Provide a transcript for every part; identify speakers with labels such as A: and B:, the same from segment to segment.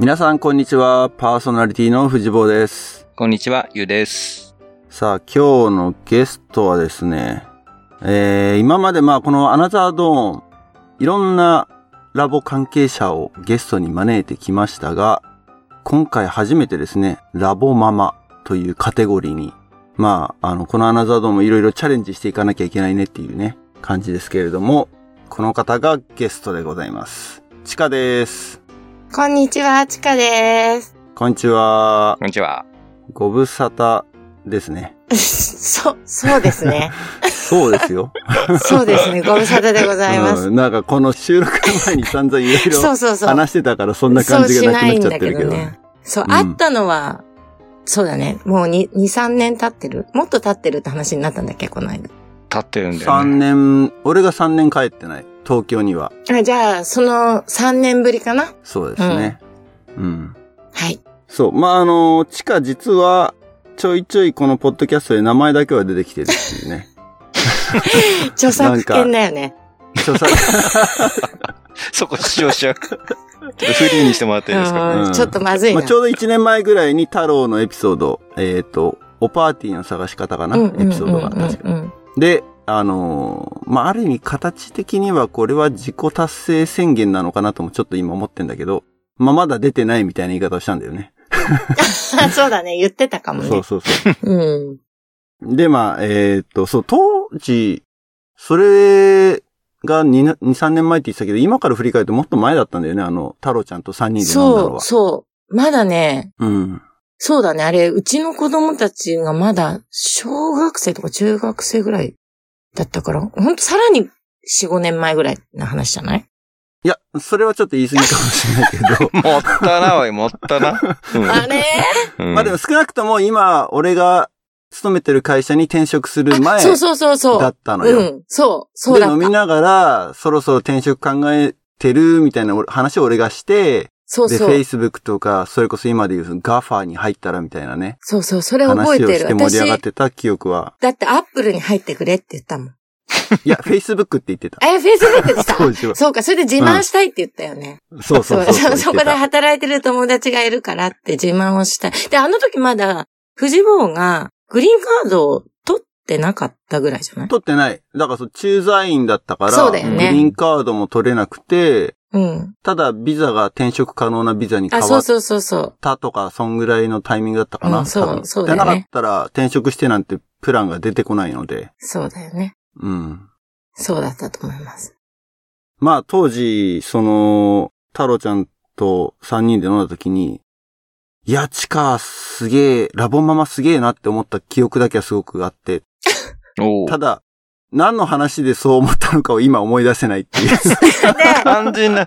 A: 皆さん、こんにちは。パーソナリティの藤坊です。
B: こんにちは、ゆうです。
A: さあ、今日のゲストはですね、えー、今までまあ、このアナザードーン、いろんなラボ関係者をゲストに招いてきましたが、今回初めてですね、ラボママというカテゴリーに、まあ、あの、このアナザードーンもいろいろチャレンジしていかなきゃいけないねっていうね、感じですけれども、この方がゲストでございます。チカです。
C: こんにちは、ちかです。
A: こんにちは
B: こ。んにちは。
A: ご無沙汰ですね。
C: そ、そうです ね。
A: そうですよ。
C: そうですね。ご無沙汰でございます。
A: うん、なんかこの収録前に散々いろい
C: そ
A: ろ
C: うそうそう。
A: 話してたからそんな感じがなくなっちゃってるけど。
C: そうしないんだけどね。そう、
A: うん
C: 会ったのは、そうだね。もう2、2、3年経ってるもっと経ってるって話になったんだっけこの間。
B: 立ってるんだよ
A: 3
B: ね。
A: 年、俺が3年帰ってない。東京には。
C: あじゃあ、その3年ぶりかな
A: そうですね。うん。
C: はい。
A: そう。まあ、あの、地下実は、ちょいちょいこのポッドキャストで名前だけは出てきてるっていうね。
C: 著作権だよね。
A: 著作、
B: そこ主張 しちゃう。ちょっとフリーにしてもらっていいですか。
A: ん
C: うんちょっとまずい
A: ま
C: な。
A: あ、ちょうど1年前ぐらいに太郎のエピソード、えっ、と、おパーティーの探し方かな、
C: うんうんうんうん
A: エピソードが確か
C: うん
A: で、あのーまあ、ある意味形的にはこれは自己達成宣言なのかなともちょっと今思ってんだけど、まあ、まだ出てないみたいな言い方をしたんだよね。
C: そうだね。言ってたかも
A: そう
C: ね。
A: そうそ
C: うん。
A: う。で、まあ、えーっと、そう、当時、それが2な、2、3年前って言ってたけど、今から振り返るともっと前だったんだよね、あの、太郎ちゃんと3人で飲んだの
C: そ
A: は。
C: う、そう。まだね、
A: うん。
C: そうだね。あれ、うちの子供たちがまだ小学生とか中学生ぐらいだったから、ほんとさらに4、5年前ぐらいの話じゃない
A: いや、それはちょっと言い過ぎかもしれないけ ど
B: もったな、おい、もっ たな。
C: あれ
B: うん
A: まあでも少なくとも今、俺が勤めてる会社に転職する前
C: そうそうそうそう。
A: だったのよ。
C: うん。そう。そうだ
A: で、飲
C: っ
A: み
C: た。
A: ながら、そろそろ転職考えてるみたいな俺話を俺がして、
C: そう
A: で、
C: そう。
A: Facebook とか、それこそ今で言う GAFA に入ったらみたいなね、
C: そうそう。それ覚え
A: 話を
C: て
A: して
C: る。
A: 盛り上がっ
C: 私、
A: てた記憶 は。
C: だってアップルに入ってくれって言ったもん。
A: いや、Facebook って言ってた。
C: え、Facebook で
A: 当時は
C: さ。そうか、それで自慢したいって言ったよね。
A: そうそうそうそう。
C: そこ
A: 言っ
C: で
A: てた
C: 働いてる友達がいるからって自慢をしたい。で、あの時まだ、藤坊がグリーンカードを取ってなかったぐらいじゃない
A: 取ってない。だからそう、駐在員だったから、
C: そうだよ
B: ね
A: グリーンカードも取れなくて、
C: うん。
A: ただビザが転職可能なビザに変
C: あ、
A: わ
C: そう
A: っ
C: そうそうそう。
A: たとか、そんぐらいのタイミングだったかな。
C: うんそう
A: 多分
C: そうだよね
A: じゃなかったら転職してなんてプランが出てこないので。
C: そうだよね。
A: うん。
C: そうだったと思います。
A: まあ当時、その、太郎ちゃんと3人で飲んだ時に、いや、チカすげえ、ラボママすげえなって思った記憶だけはすごくあって、
B: おう
A: ただ、何の話でそう思ったのかを今思い出せないって いう。
C: で、
B: 肝 心な、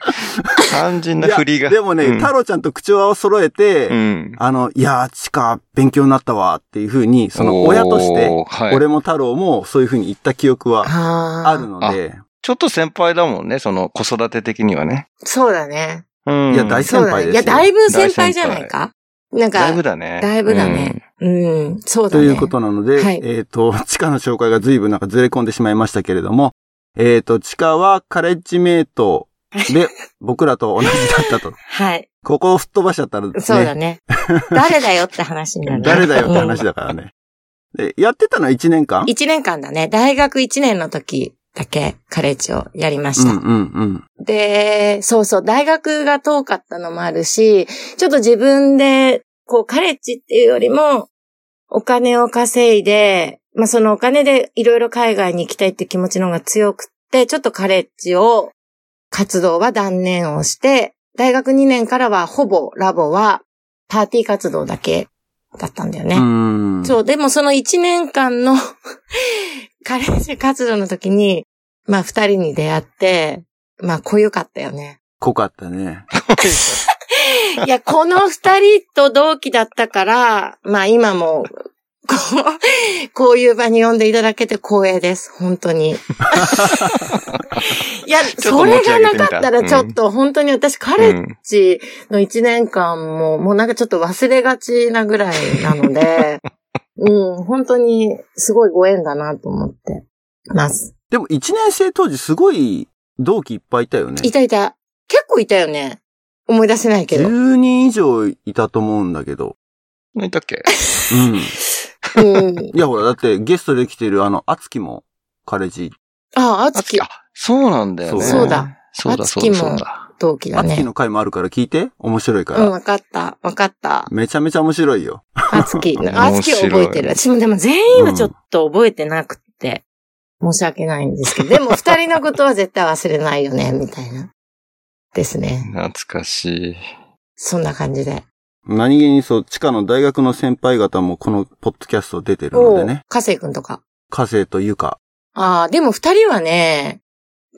B: 肝心
A: い
B: な
A: や
B: 振りが。
A: でもね、
B: うん
A: 太郎ちゃんと口調を揃えて、
B: うん。
A: あの、いや、チカ勉強になったわっていうふうに、その親として、
B: おー、はい
A: 俺も太郎もそういうふうに言った記憶は
C: あ
A: あるので、
B: ちょっと先輩だもんね、その子育て的にはね。
C: そうだね。
B: うん。
A: いや大先
C: そうだ
A: 輩
C: ね。
A: で
C: い
A: すよ
C: や、だいぶ先輩じゃないかなん
B: だいぶ
C: か、
B: だね。
C: だいぶだねうん、そうだ
A: と
C: ね。
A: いうことなので、
C: はい
A: えっ、と、地下の紹介が随分なんかずれ込んでしまいましたけれども、えっ、と、地下はカレッジメイト で僕らと同じだったと。
C: はい。
A: ここを吹っ飛ばしちゃったらね、
C: そうだね。誰だよって話になる。
A: 誰だよって
C: うん
A: 話だからね。でやってたのは1年間
C: 一年間だね。大学一年の時だけカレッジをやりまし
A: う
C: た
A: ん。うん
C: で、そうそう、大学が遠かったのもあるし、ちょっと自分で、こう、カレッジっていうよりも、お金を稼いで、まあ、そのお金でいろいろ海外に行きたいって気持ちの方が強くって、ちょっとカレッジを、活動は断念をして、大学2年からはほぼラボはパーティー活動だけだったんだよね。
A: うん。うん。
C: そう、でもその一年間の カレッジ活動の時に、まあ二人に出会って、まあ濃ゆかったよね。
A: 濃かったね。
C: いや、この二人と同期だったから、まあ今も、こう、こういう場に呼んでいただけて光栄です。本 当に。いや、
B: ょっと
C: そ
B: 持
C: れ
B: ち上
C: が
B: げ
C: な
B: てみた
C: かったらちょっと、本当に私、カレッ
B: うん
C: こっちの一年間も、もうなんかちょっと忘れがちなぐらいなの で、うん、本当にすごいご縁だなと思ってます。
A: でも1年生当時すごい同期いっぱいいたよね。
C: いたいた。結構いたよね。思い出せないけど。うん。
A: 10人以上いたと思うんだけど。
B: 何だっけ
A: うん。いや、ほら、だってゲストで来てるあの、あつきも、カレッジ
C: あ、あつき
B: あ、そうなんだよね。
A: そう
C: だ。
B: そうだ、
C: あつ
B: そう
C: き
B: だ、
C: も
B: そうだ。
C: 同期だ
A: あつき
C: ね。
A: の回もあるから聞いて。面白いか
C: うん、
A: ら。
C: わかった。わかった。
A: めちゃめちゃ面白いよ。
C: あつ き。
B: 面白い
C: あつきは覚えてる。私もでも全員はちょっと覚えてなくて、申し訳ないんですけど、でも二人のことは絶対忘れないよね、みたいな。ですね。
B: 懐かしい。
C: そんな感じで。
A: 何気にそう、地下の大学の先輩方もこのポッドキャスト出てるの
C: お
A: で
C: う
A: ね。、
C: かせいくんとか。
A: 火星とゆか。
C: ああ、でも二人はね、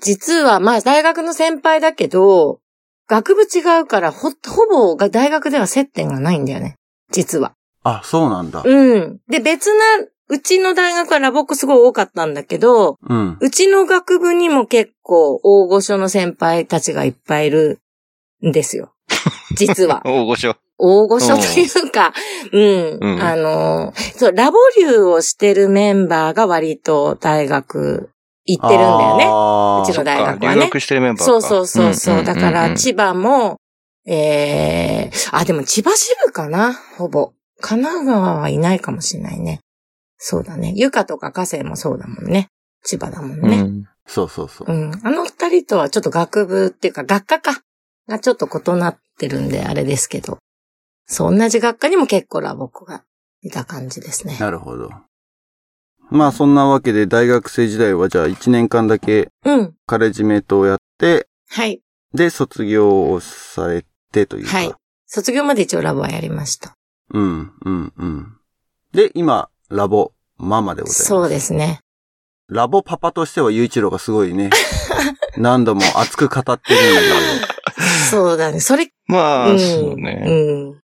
C: 実はまあ大学の先輩だけど、学部違うからほ、ほぼが大学では接点がないんだよね。実は。
A: あ、そうなんだ。
C: うん。で、別な、うちの大学はラボックすごい多かったんだけど、
A: うん。
C: うちの学部にも結構大御所の先輩たちがいっぱいいるんですよ。実は。
B: 大御所。
C: 大御所というか、うん、
B: うん
C: あの、そう、ラボ流をしてるメンバーが割と大学行ってるんだよね。
A: あ
C: うち
A: ー
C: の大学は
B: 留
C: ね。
B: 学してるメンバーか。
C: そうそうそうそう。
B: んんんん
C: だから、千葉も、ええあ、でも千葉支部かなほぼ。神奈川はいないかもしれないね。そうだね。ゆかとか河川もそうだもんね。千葉だもん
B: う
C: ね。
B: ん
A: そうそうそう
C: う。ん。あの二人とはちょっと学部っていうか、学科か。がちょっと異なってるんで、あれですけど。そう、同じ学科にも結構ラボコがいた感じですね。
A: なるほど。まあそんなわけで大学生時代はじゃあ1年間だけ
C: うん。
A: カレッジメイトをやって、
C: はい。
A: で、卒業をされてというか。
C: はい。卒業まで一応ラボはやりました。
A: うん、うん、うん。で、今、ラボママでございます。
C: そうですね。
A: ラボパパとしては、ゆういちろうがすご いね。何度も熱く語ってるんだけど。
C: そうだね。それ、
B: ま
C: う
B: あ、
C: ん
B: そうね。
C: うん。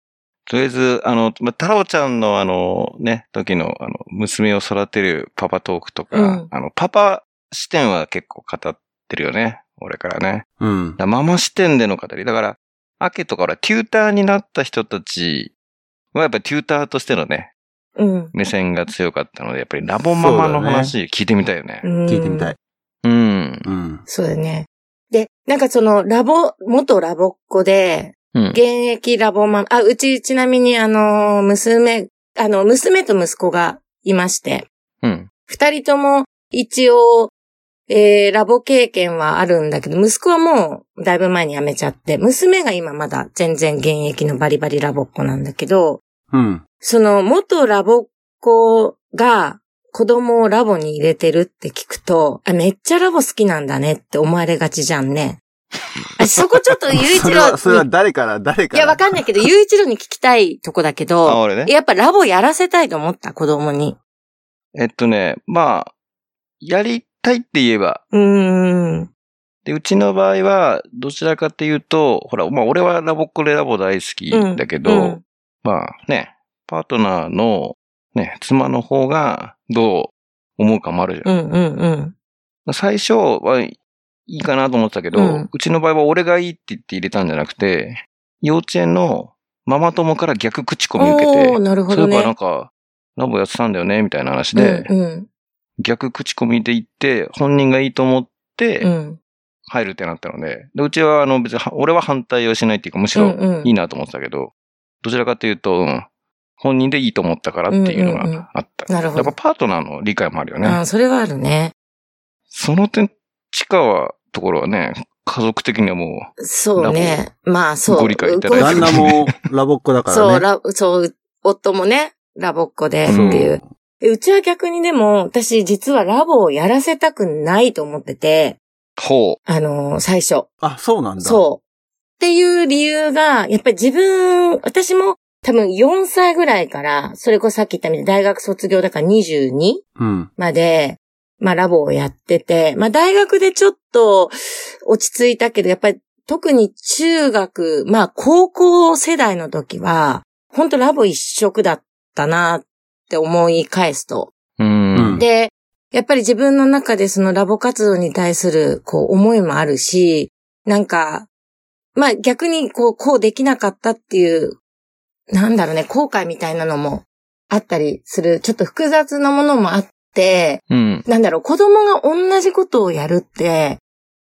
B: とりあえず、あの、まあ、太郎ちゃんのあの、ね、時の、あの、娘を育てるパパトークとか、
C: うん
B: あの、パパ視点は結構語ってるよね。俺からね。
A: うん
B: だか。らママ視点での語り。だから、アケとかほら、テューターになった人たちは、やっぱりテューターとしてのね、
C: うん。
B: 目線が強かったので、やっぱりラボママの話聞いてみたいよね。
A: 聞
C: 聞
A: いてみたい。。
B: うん。
A: うん。
C: そうだよね。で、なんかその、ラボ、元ラボっ子で、
B: うん。
C: 現役ラボマン、あ、うち、ちなみにあの、娘、あの、娘と息子がいまして、
B: うん。
C: 二人とも一応、えー、ラボ経験はあるんだけど、息子はもう、だいぶ前に辞めちゃって、娘が今まだ全然現役のバリバリラボっ子なんだけど、
A: うん。
C: その、元ラボっ子が子供をラボに入れてるって聞くと、あ、めっちゃラボ好きなんだねって思われがちじゃんね。あそこちょっとゆ うい
A: そ
C: ち
A: れ
C: ろ
A: は、それは
C: う
A: 誰から、誰か
C: い
A: ら。
C: や、わかんないけど、ゆういちろに聞きたいとこだけ
B: あ、
C: ど、
B: 俺ね。
C: やっぱラボやらせたいと思った、子供に。
B: えっとね、まあ、やりたいって言えば、
C: うーん。
B: で、うちの場合は、どちらかっていうと、ほら、まあ、俺はラボっ子でラボ大好き
C: うん
B: だけど、
C: うん
B: まあね、パートナーの、ね、妻の方が、どう思うかもあるじゃ。
C: うんんうんうん。
B: 最初はいいかなと思ってたけど、
C: う
B: うんちの場合は俺がいいって言って入れたんじゃなくて、幼稚園のママ友から逆口コミ受けて、
C: おー、なるほ
B: そう
C: ど
B: いえばなん
C: ね。
B: か、ラボやってたんだよね、みたいな話
C: うん
B: で、
C: うん
B: 逆口コミで行って、本人がいいと思って、
C: うん。
B: 入るってなったので、で、うちはあの別には、俺は反対をしないっていうか、むし
C: うん
B: ろ
C: うん
B: いいなと思ってたけど、どちらかというと、うん、本人でいいと思ったからっていうの
C: うんうんうん
B: があった。
C: なるほ
B: やっぱ
C: ど。
B: パートナーの理解もあるよ
C: あ
B: ね。
C: ーそれはあるね。
B: その点、地下は、ところはね、家族的にはも
C: そうね。まあそう。
B: ご理解いただい
A: 旦
B: て
A: 那もラボっ子だからね。
C: そう、ラ、そう、夫もね、ラボっ子でっていう。でうちは逆にでも、私実はラボをやらせたくないと思ってて、
B: う、ほ
C: あのー最初。
A: あ、そうなんだ。
C: そう。っていう理由が、やっぱり自分、私も多分4歳ぐらいから、それこそさっき言ったみたいに大学卒業だから 22?
A: う。うん。
C: まで、まあラボをやってて、まあ大学でちょっと落ち着いたけど、やっぱり特に中学、まあ高校世代の時は、本当ラボ一色だったなって思い返すと。
B: う。うん。
A: うん
C: で、やっぱり自分の中でそのラボ活動に対するこう思いもあるし、なんか、まあ逆にこう、こうできなかったっていう、なんだろうね、後悔みたいなのもあったりする、ちょっと複雑なものもあって、
B: うん。
C: なんだろう、子供が同じことをやるって、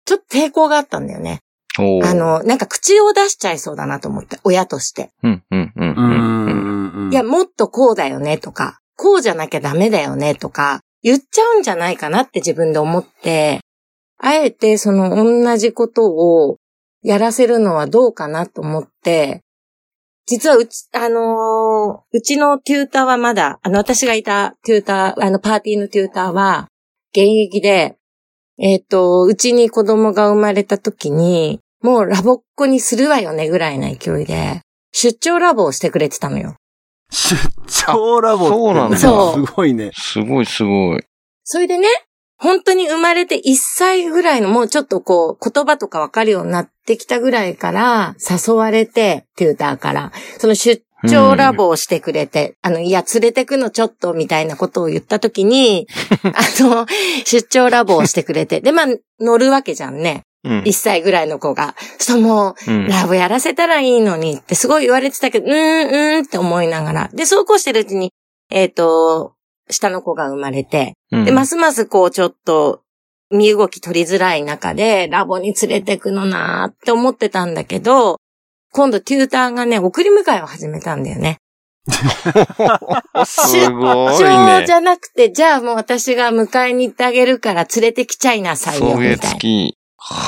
C: ちょっと抵抗があったんだよね。
B: おー
C: あ、の、なんか口を出しちゃいそうだなと思って、親として。
B: うん、うん、うん
A: う
B: うんん。
A: う
B: うん
A: んうん。
C: いや、もっとこうだよねとか、こうじゃなきゃダメだよねとか、言っちゃうんじゃないかなって自分で思って、あえてその同じことをやらせるのはどうかなと思って、実はうち、あのーうちのテューターはまだ、あの、私がいたテューター、あの、パーティーのテューターは、現役で、えっ、と、うちに子供が生まれた時に、もうラボっ子にするわよねぐらいな勢いで、出張ラボをしてくれてたのよ。
A: 出張ラボって
B: そうなん
C: だ
A: すごいね。
B: すごい、すごい。
C: それでね、本当に生まれて1歳ぐらいの、もうちょっとこう、言葉とかわかるようになってきたぐらいから、誘われて、テューターから、その出張ラボをしてくれて、あの、いや、連れてくのちょっと、みたいなことを言ったときに、あの、出張ラボをしてくれて、で、まあ、乗るわけじゃんね。
B: うん
C: 1歳ぐらいの子が。そしたらもう、
B: うん
C: ラブやらせたらいいのにってすごい言われてたけど、うーん、うーんって思いながら。で、そうこうしてるうちに、えっ、と、下の子が生まれて、
B: うん
C: で、ますますこうちょっと、身動き取りづらい中で、ラボに連れてくのなーって思ってたんだけど、今度テューターがね、送り迎えを始めたんだよね。
B: すごい
C: そう
B: ね
C: じ。ゃなくて、じゃあもう私が迎えに行ってあげるから連れてきちゃいなさいよ、
B: 送
C: み
B: 迎
C: たいな
B: 付。き。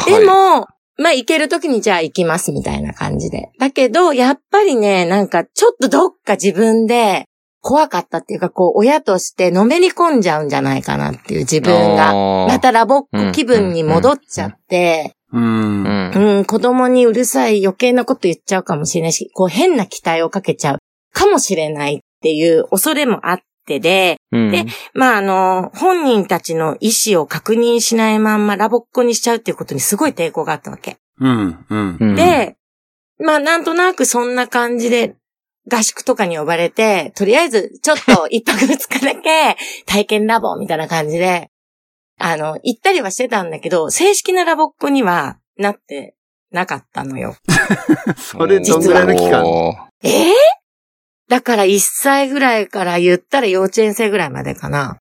C: でも、まあ行けるときにじゃあ行きますみたいな感じで。だけど、やっぱりね、なんかちょっとどっか自分で怖かったっていうか、こう親としてのめり込んじゃうんじゃないかなっていう自分が、
B: が
C: ま、たラボっ子気分に戻っちゃって、
A: う。
B: うんん。
C: うん、子供にうるさい余計なこと言っちゃうかもしれないし、こう変な期待をかけちゃうかもしれないっていう恐れもあってで、
B: うん
C: でまああの、本人たちの意思を確認しないまんまラボっ子にしちゃうっていうことにすごい抵抗があったわけ。
A: うん。うん。
B: うん、
C: で、まあなんとなくそんな感じで合宿とかに呼ばれて、とりあえずちょっ と一泊二日だけ体験ラボみたいな感じで、あの、行ったりはしてたんだけど、正式なラボっ子にはなってなかったのよ。
A: それどんぐらいの期間
B: おー
C: ええだから1歳ぐらいから言ったら幼稚園生ぐらいまでかな。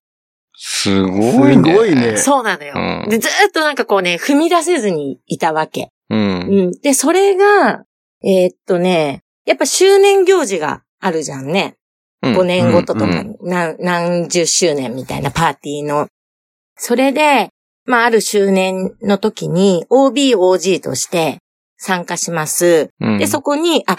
B: すごいね。
A: すごいね
C: そうなのよ。
B: うん
C: で、ずーっとなんかこうね、踏み出せずにいたわけ。
B: うん。
C: うん。で、それが、えーっとね、やっぱ周年行事があるじゃんね。
B: うん
C: 5年ごとと
B: うん
C: かに、何何十周年みたいなパーティーの。それで、まあ、ある周年の時に OB、OG として参加します。
B: うん
C: で、そこに、あ、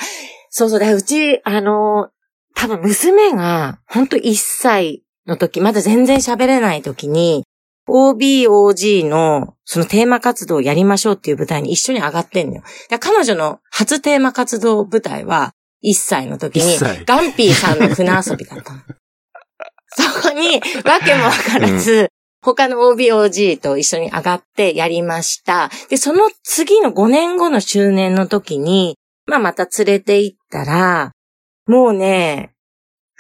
C: そうそうだ、うち、あの、多分娘が、ほんと1歳の時、まだ全然喋れない時に、OB、OG の、そのテーマ活動をやりましょうっていう舞台に一緒に上がってんのよ。だから彼女の初テーマ活動舞台は、1歳の時に
A: 一歳、
C: ガンピーさんの船遊びだったの。 そこに、わけもわからず、他の OBOG と一緒に上がってやりました。で、その次の5年後の周年の時に、まあまた連れて行ったら、もうね、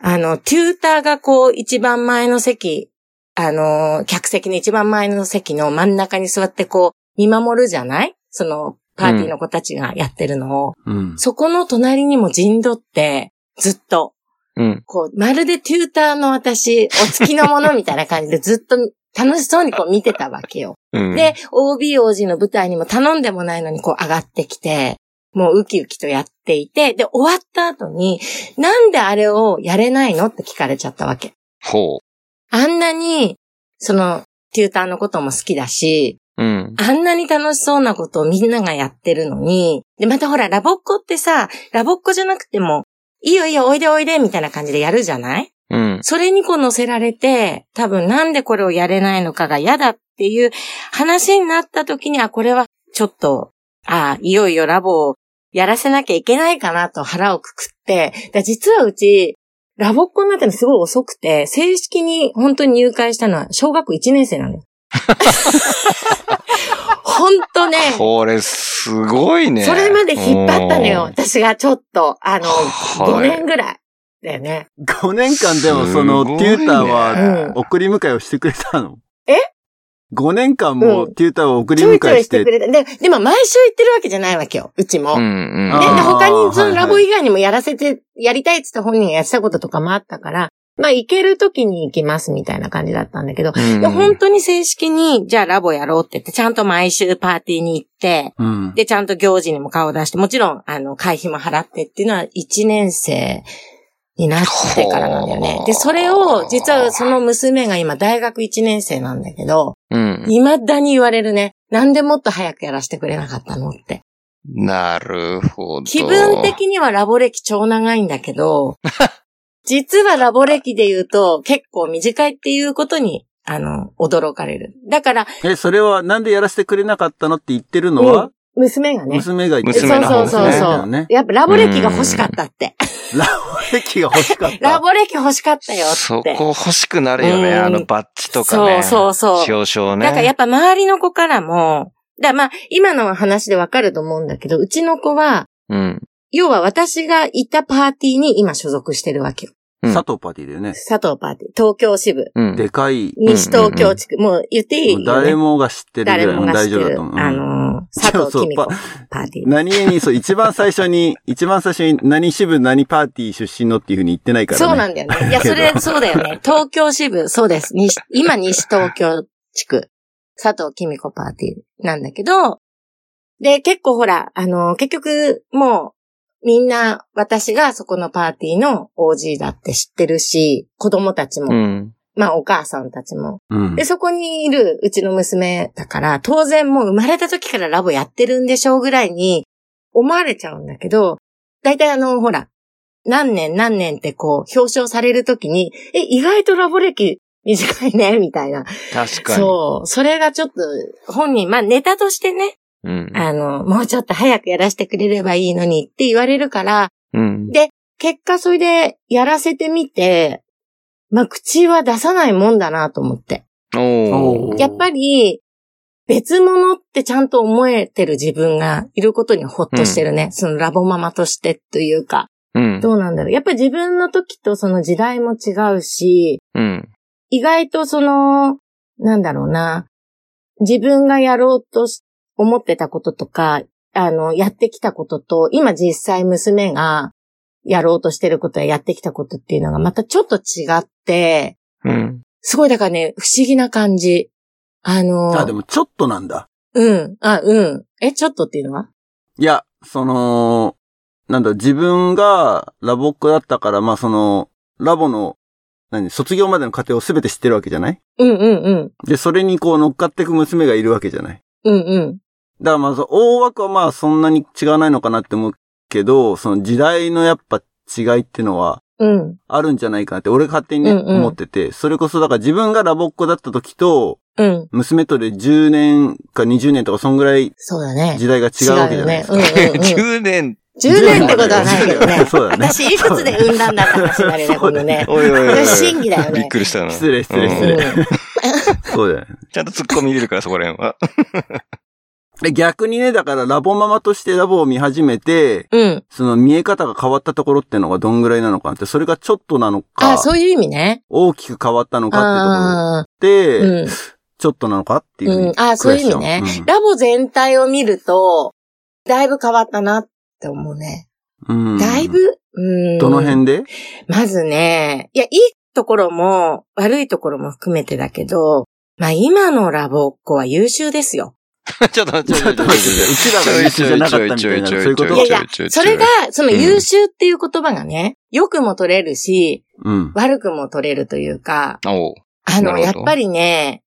C: あの、テューターがこう一番前の席、あの、客席の一番前の席の真ん中に座ってこう見守るじゃないそのパーティーの子たちがやってるのを。
A: うん。
C: そこの隣にも陣取って、ずっと。
B: うん。
C: こう、まるでテューターの私、お付きのものみたいな 感じでずっと楽しそうにこう見てたわけよ。
B: うん、
C: で、OBOG の舞台にも頼んでもないのにこう上がってきて、もうウキウキとやっていて、で、終わった後に、なんであれをやれないのって聞かれちゃったわけ。
B: ほ
C: あんなに、その、テューターのことも好きだし、
B: う。うん。
C: あんなに楽しそうなことをみんながやってるのに、で、またほら、ラボっ子ってさ、ラボっ子じゃなくても、いいよいいよ、おいでおいで、みたいな感じでやるじゃない
B: うん。
C: それにこう乗せられて、多分なんでこれをやれないのかが嫌だっていう話になった時には、あこれはちょっと、ああ、いよいよラボをやらせなきゃいけないかなと腹をくくって、だ実はうち、ラボっ子になったのすごい遅くて、正式に本当に入会したのは小学1年生なの よ。本当ね、
B: これ、すごいね。
C: それまで引っ張ったのよ。
B: うん。
C: 私がちょっと、あの、
B: はい
C: 5年ぐらいだよね。
A: 5年間でもそ
B: す
A: の
B: ごいね
A: テューターは
C: うん。
A: 送り迎えをしてくれたの
C: え
A: ?5 年間も
C: うん
A: テューターを送り
C: ちょいちょ
A: 迎え
C: い
A: し
C: して
A: て
C: く。れた。で、でも毎週行ってるわけじゃないわけよ、うちも。
B: う
C: ね、
B: んうん。
A: あー
C: で他にそ
A: はいはい
C: のラボ以外にもやらせて、やりたいって言った本人がやってたこととかもあったから、まあ行ける時に行きますみたいな感じだったんだけど、
B: うん
C: で本当に正式に、じゃあラボやろうって言って、ちゃんと毎週パーティーに行って、
A: うん。
C: で、ちゃんと行事にも顔を出して、もちろん、あの、会費も払ってっていうのは1年生になってからなんだよね
B: ほ。う
C: で、それを、実はその娘が今大学1年生なんだけど、
B: うん。
C: 未だに言われるね。なんでもっと早くやらせてくれなかったのって。
B: なるほど。
C: 気分的にはラボ歴超長いんだ けど、実はラボ歴で言うと結構短いっていうことに、あの、驚かれる。だから、
A: え、それはなんでやらせてくれなかったのって言ってるのは、
C: 娘がね。
A: 娘が言ってる
C: そう
B: 娘の
C: そ
B: 方
C: う
B: です
C: そ
A: 娘
B: ね
C: う
A: だ
C: そ
A: よ
C: う、
A: ね。
C: やっぱラボ歴が欲しかったって。
A: ラボ歴が欲しか っ
C: ラ
A: た。
C: ボ歴欲しかったよって。
B: そこ欲しくなるよね。
C: うん
B: あのバッジとかね。
C: そうそうそう。
B: 表彰ね。
C: なんかやっぱ周りの子からも、だまあ、今の話でわかると思うんだけど、うちの子は、
B: うん。
C: 要は私がいたパーティーに今所属してるわけよ。
B: うん
A: 佐藤パーティーだよね。
C: 佐藤パーティー、東京支部、
B: うん。
A: でかい。
C: 西東京地区、もう言っていいよ、ね、
A: 誰もが知ってるぐらい
C: 誰も
A: うん
C: が知
A: 大
C: って
A: 丈夫だ
C: る
A: と思う。
C: あ のー、佐藤君子
A: そう
C: パーティー。
A: 何気に、そう、一番最初に、 一番最初に何支部何パーティー出身のっていうふうに言ってないからね。
C: そうなんだよね。いや、それ、そうだよ ね。東京支部、そうです。西今、西東京地区、佐藤公子パーティーなんだけど、で、結構ほら、あの、結局、もう、みんな、私がそこのパーティーの OG だって知ってるし、子供たちも、
B: うん。
C: まあ、お母さんたちも。
A: うん
C: で、。そこにいるうちの娘だから、当然もう生まれた時からラボやってるんでしょうぐらいに思われちゃうんだけど、だいたいあの、ほら、何年何年ってこう表彰される時に、え、意外とラボ歴短いね、みたいな。
B: 確かに。
C: そう。それがちょっと本人、まあネタとしてね、
B: うん。
C: あの、もうちょっと早くやらせてくれればいいのにって言われるから、
B: うん。
C: 結果それでやらせてみて、まあ口は出さないもんだなと思って。
B: お
A: お
B: ー
A: ー
C: やっぱり、別物ってちゃんと思えてる自分がいることにほっとしてるね。そのラボママとしてというか。
B: うん。
C: どうなんだろう。やっぱり自分の時とその時代も違うし、
B: うん。
C: 意外とその、なんだろうな。自分がやろうとし思ってたこととか、あの、やってきたことと、今実際娘がやろうとしてることややってきたことっていうのがまたちょっと違って、
B: うん。
C: すごいだからね、不思議な感じ。あの、
A: あ、でもちょっとなんだ。
C: うん。あ、うん。え、ちょっとっていうのはい
A: や、その、なんだ、自分がラボっ子だったから、まあその、ラボの、何、卒業までの過程を全て知ってるわけじゃない
C: うんうんうん。
A: で、それにこう乗っかっていく娘がいるわけじゃない。
C: うんうん。
A: だからまあ、そう大枠はまあそんなに違わないのかなって思うけど、その時代のやっぱ違いってのは、
C: うん。
A: あるんじゃないかなって、俺勝手にね、
C: うんうん
A: 思ってて、それこそだから自分がラボっ子だった時と、
C: うん。
A: 娘とで10年か20年とか、そんぐらい
C: そうだね。
A: 時代が違うわけじゃないですか。。
C: 違うよね。うんうんうん。
B: 10年。
C: 10年ってことはないけど ね
A: そうだね
C: 私、いくつで産んだんだって話になるね、
A: そ
C: こ
A: うだ
C: の
A: ね
C: ね。
B: おいおいおい
C: こ
B: お
C: れ
B: い。
C: 真偽だよ
B: びっ
C: ね。
B: くりしたな。
A: 失礼、失礼、
B: うん
A: 失礼。そうだよね。
B: ちゃんと突っ込み入れるから、そこら辺は。
A: で、逆にね、だからラボママとしてラボを見始めて、
C: うん。うん。
A: その見え方が変わったところってのがどんぐらいなのかって、それがちょっとなの
C: あ、
A: か、
C: そういう意味ね。
A: 大きく変わったのかっ
C: ああ
A: てところで、
C: ー、
A: ちょっとなのかっていう
C: う
A: ふ
C: ん。
A: う
C: うん
A: に。。
C: あ、そういう意味ね。ラボ全体を見ると、だいぶ変わったなって思うね。
A: うん。
C: だいぶ、うん。
A: どの辺で
C: まずね、いや、いいところも、悪いところも含めてだけど、まあ今のラボっ子は優秀ですよ。
B: ちょっと待って、
A: ちょっと待ってうちらが優秀じゃなかったみたいな
B: ちょちょちょちょ
A: そういうこと
C: いやいや、それが、その
B: うん
C: 優秀っていう言葉がね、良くも取れるし、
A: うん。
C: 悪くも取れるというか、
B: おう
C: あ
B: な
C: の、
B: る
C: や
B: ほ
C: っ
B: ど
C: ぱりね、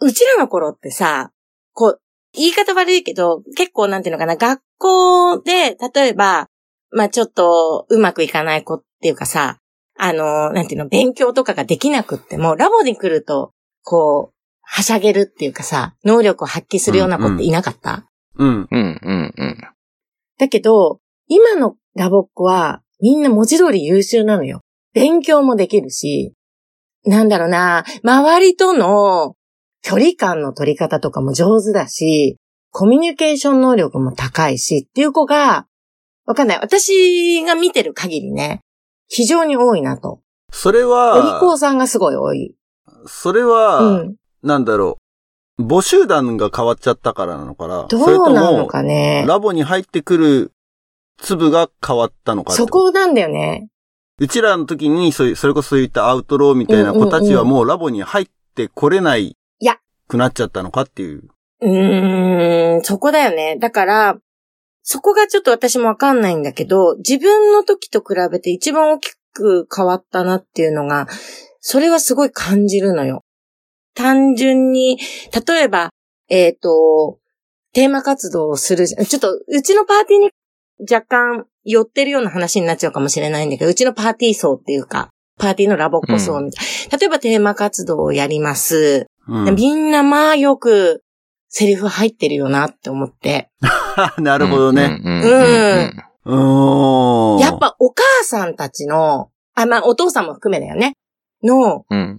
C: うちらの頃ってさ、こう、言い方悪いけど、結構なんていうのかな、学校で、例えば、まあちょっとうまくいかない子っていうかさ、あの、なんていうの、勉強とかができなくっても、ラボに来ると、こう、はしゃげるっていうかさ、能力を発揮するような子っていなかった、
A: うん。
B: うん、うん、うん。
C: だけど、今のラボっ子は、みんな文字通り優秀なのよ。勉強もできるし、なんだろうな、周りとの距離感の取り方とかも上手だし、コミュニケーション能力も高いしっていう子が、わかんない。私が見てる限りね、非常に多いなと。
A: それ
C: お利口
A: は、
C: さんがすごい多い。
A: それ
C: う
A: は、
C: ん。
A: なんだろう。募集団が変わっちゃったからなのかな
C: ど
A: それと
C: うなの
A: も、
C: かね。
A: ラボに入ってくる粒が変わったのかって
C: そこなんだよね。
A: うちらの時に、そういう、それこそそういったアウトローみたいな子たちはもうラボに入ってこれない
C: いや
A: くなっちゃったのかっていう。
C: うーん、そこだよね。だから、そこがちょっと私もわかんないんだけど、自分の時と比べて一番大きく変わったなっていうのが、それはすごい感じるのよ。単純に、例えば、えっ、と、テーマ活動をするじゃん。ちょっと、うちのパーティーに若干寄ってるような話になっちゃうかもしれないんだけど、うちのパーティー層っていうか、パーティーのラボっ子層みたいな、例えばテーマ活動をやります。
A: うん
C: でみんなまあよくセリフ入ってるよなって思って。
A: なるほどね。
B: うんうんうん
A: うーん。
C: やっぱお母さんたちの、あ、まあお父さんも含めだよね。の、
B: うんうん。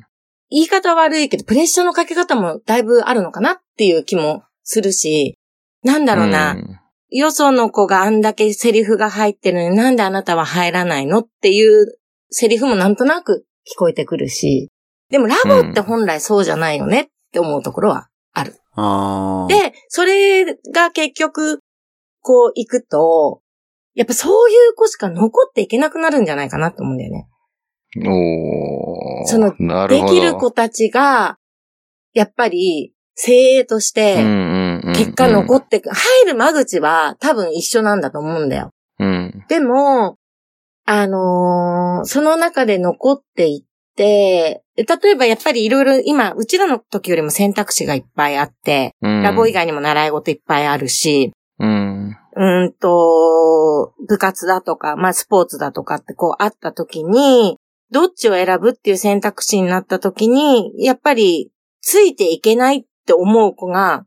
C: 言い方悪いけど、プレッシャーのかけ方もだいぶあるのかなっていう気もするし、なんだろうな。
B: ん。
C: よその子があんだけセリフが入ってるのになんであなたは入らないのっていうセリフもなんとなく聞こえてくるし、でもラボって本来そうじゃないよねって思うところは
A: あー
C: で、それが結局、こう行くと、やっぱそういう子しか残っていけなくなるんじゃないかなと思うんだよね。
B: おー
C: その
B: なる
C: で
B: ほど
C: きる子たちが、やっぱり、精鋭とし
B: うん
C: て、
B: うんうん
C: 結果残ってく、入る間口は多分一緒なんだと思うんだよ。
B: うん。
C: でも、あのーその中で残っていって、例えばやっぱりいろいろ今、うちらの時よりも選択肢がいっぱいあって、
B: うん
C: ラボ以。外にも習い事いっぱいあるし、
B: うん。
C: うーんと、部活だとか、まあスポーツだとかってこうあった時に、どっちを選ぶっていう選択肢になった時に、やっぱりついていけないって思う子が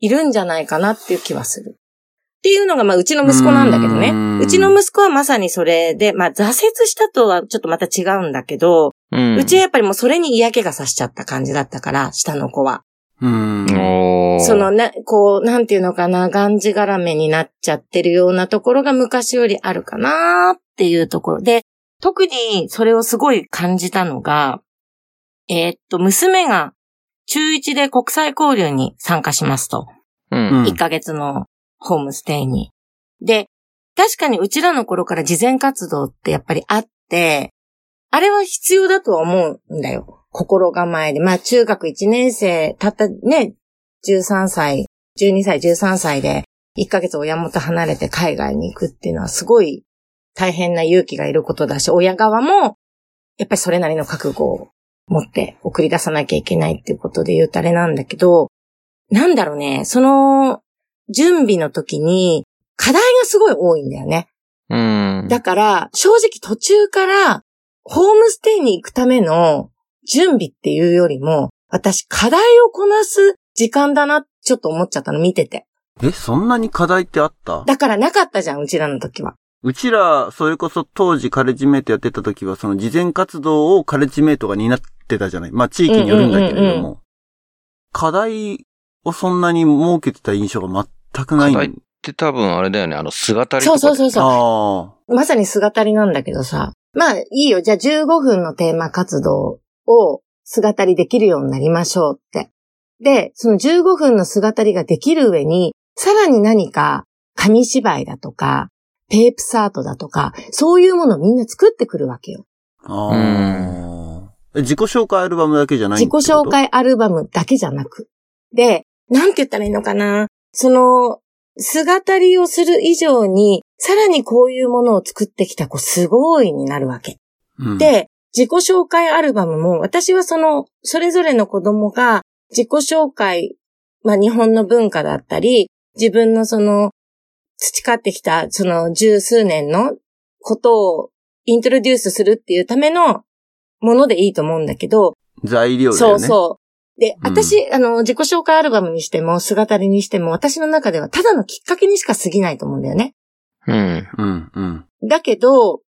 C: いるんじゃないかなっていう気はする。っていうのが、まあうちの息子なんだけどね
A: うーん。
C: うちの息子はまさにそれで、まあ挫折したとはちょっとまた違うんだけど、
B: うん。
C: うちはやっぱりもうそれに嫌気がさしちゃった感じだったから、下の子は。
A: うん。
B: おー
C: その、な、こう、なんていうのかな、がんじがらめになっちゃってるようなところが昔よりあるかなっていうところで、特にそれをすごい感じたのが、えーっと、娘が中1で国際交流に参加しますと。
B: うん。
A: うん
C: 1ヶ月のホームステイに。で、確かにうちらの頃から事前活動ってやっぱりあって、あれは必要だとは思うんだよ。心構えで。まあ中学1年生、たったね、13歳、12歳、13歳で、1ヶ月親元離れて海外に行くっていうのはすごい大変な勇気がいることだし、親側も、やっぱりそれなりの覚悟を持って送り出さなきゃいけないっていうことで言うとあれなんだけど、なんだろうね、その、準備の時に、課題がすごい多いんだよね。
B: うん。
C: だから、正直途中から、ホームステイに行くための準備っていうよりも、私、課題をこなす時間だな、ちょっと思っちゃったの、見てて。
A: え、そんなに課題ってあった
C: だからなかったじゃん、うちらの時は。
A: うちら、それこそ当時カレッジメイトやってた時は、その事前活動をカレッジメイトが担ってたじゃない。まあ地域によるんだけれども。
C: うんうんうんう
A: 課題をそんなに設けてた印象が全くない。
B: 課題って多分あれだよね、あの、姿りと
C: そ
B: か
C: う
B: で。
C: そうそうそう。
A: あ
C: まさに姿りなんだけどさ。まあ、いいよ。じゃあ15分のテーマ活動を姿りできるようになりましょうって。で、その15分の姿りができる上に、さらに何か紙芝居だとか、ペープサートだとか、そういうものをみんな作ってくるわけよ。
A: あ。ああ。え自己紹介アルバムだけじゃないっ
C: 自
A: て
C: 己
A: こと
C: 紹。介アルバムだけじゃなく。で、なんて言ったらいいのかなその、姿りをする以上に、さらにこういうものを作ってきた子すごいになるわけ。
A: うん、
C: で、自己紹介アルバムも、私はその、それぞれの子供が自己紹介、まあ日本の文化だったり、自分のその、培ってきた、その十数年のことをイントロデュースするっていうためのものでいいと思うんだけど、
A: 材料だ
C: そ
A: よ
C: う
A: ね。
C: そう。で、
A: うん
C: 私、あの、自己紹介アルバムにしても、姿にしても、私の中ではただのきっかけにしか過ぎないと思うんだよね。
B: うん。
A: う。うん、うん。
C: だけど、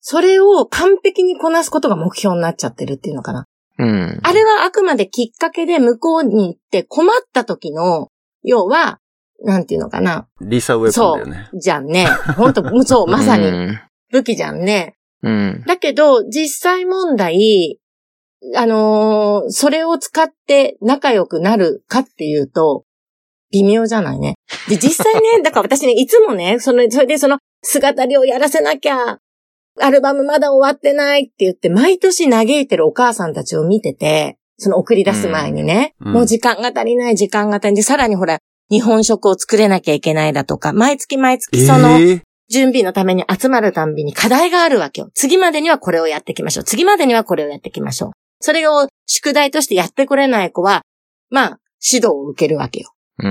C: それを完璧にこなすことが目標になっちゃってるっていうのかな。
B: うん。
C: あれはあくまできっかけで向こうに行って困った時の、要は、なんていうのかな。
A: リサウェポンだよね。
C: じゃんね。本当もうそう、まさ
B: う
C: に
B: ん
C: 武器じゃんね。
B: うん。
C: だけど、実際問題、あのーそれを使って仲良くなるかっていうと、微妙じゃないね。 で、実際ね、だから私ね、いつもね、その、それでその、姿りをやらせなきゃ、アルバムまだ終わってないって言って、毎年嘆いてるお母さんたちを見てて、その送り出す前にね、
A: うんうん
C: もう時間が足りない、時間が足りない。で、さらにほら、日本食を作れなきゃいけないだとか、毎月毎月その
A: ええ
C: 準備のために集まるたんびに課題があるわけよ。次までにはこれをやってきましょう。次までにはこれをやってきましょう。それを宿題としてやってこれない子は、まあ、指導を受けるわけよ。
B: うー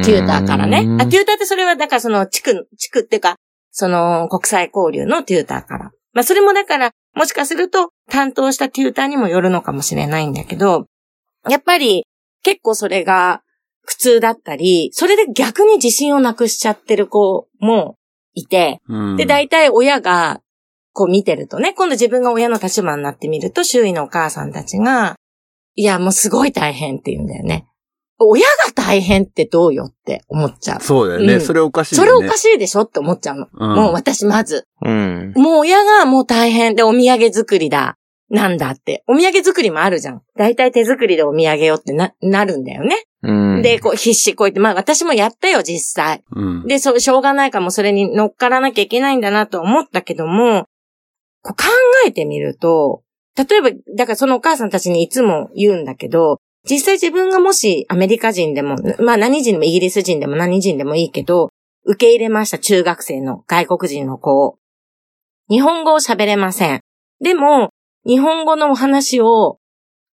B: ん。
C: テューターからね。あ、テ
B: ュー
C: ューターってそれは、だからその地区、地区っていうか、その国際交流のテューターから。まあそれもだから、もしかすると担当したテューターにもよるのかもしれないんだけど、やっぱり結構それが苦痛だったり、それで逆に自信をなくしちゃってる子もいて、
A: うん
C: で、大体親が、こう見てるとね、今度自分が親の立場になってみると、周囲のお母さんたちが、いや、もうすごい大変って言うんだよね。親が大変ってどうよって思っちゃう。
A: そうだよね、
C: うん
A: それおかしいよ
C: そ
A: ね。
C: れおかしいでしょって思っちゃうの。
A: うん
C: もう私まず。
B: うん。
C: もう親がもう大変でお土産作りだ。なんだって。お土産作りもあるじゃん。大体手作りでお土産よってな、なるんだよね。
B: うん。
C: で、こう必死こいて、まあ私もやったよ、実際。
A: うん。
C: で、そう、しょうがないかもそれに乗っからなきゃいけないんだなと思ったけども、こう考えてみると、例えば、だからそのお母さんたちにいつも言うんだけど、実際自分がもしアメリカ人でも、まあ何人でもイギリス人でも何人でもいいけど、受け入れました中学生の外国人の子を。日本語を喋れません。でも、日本語のお話を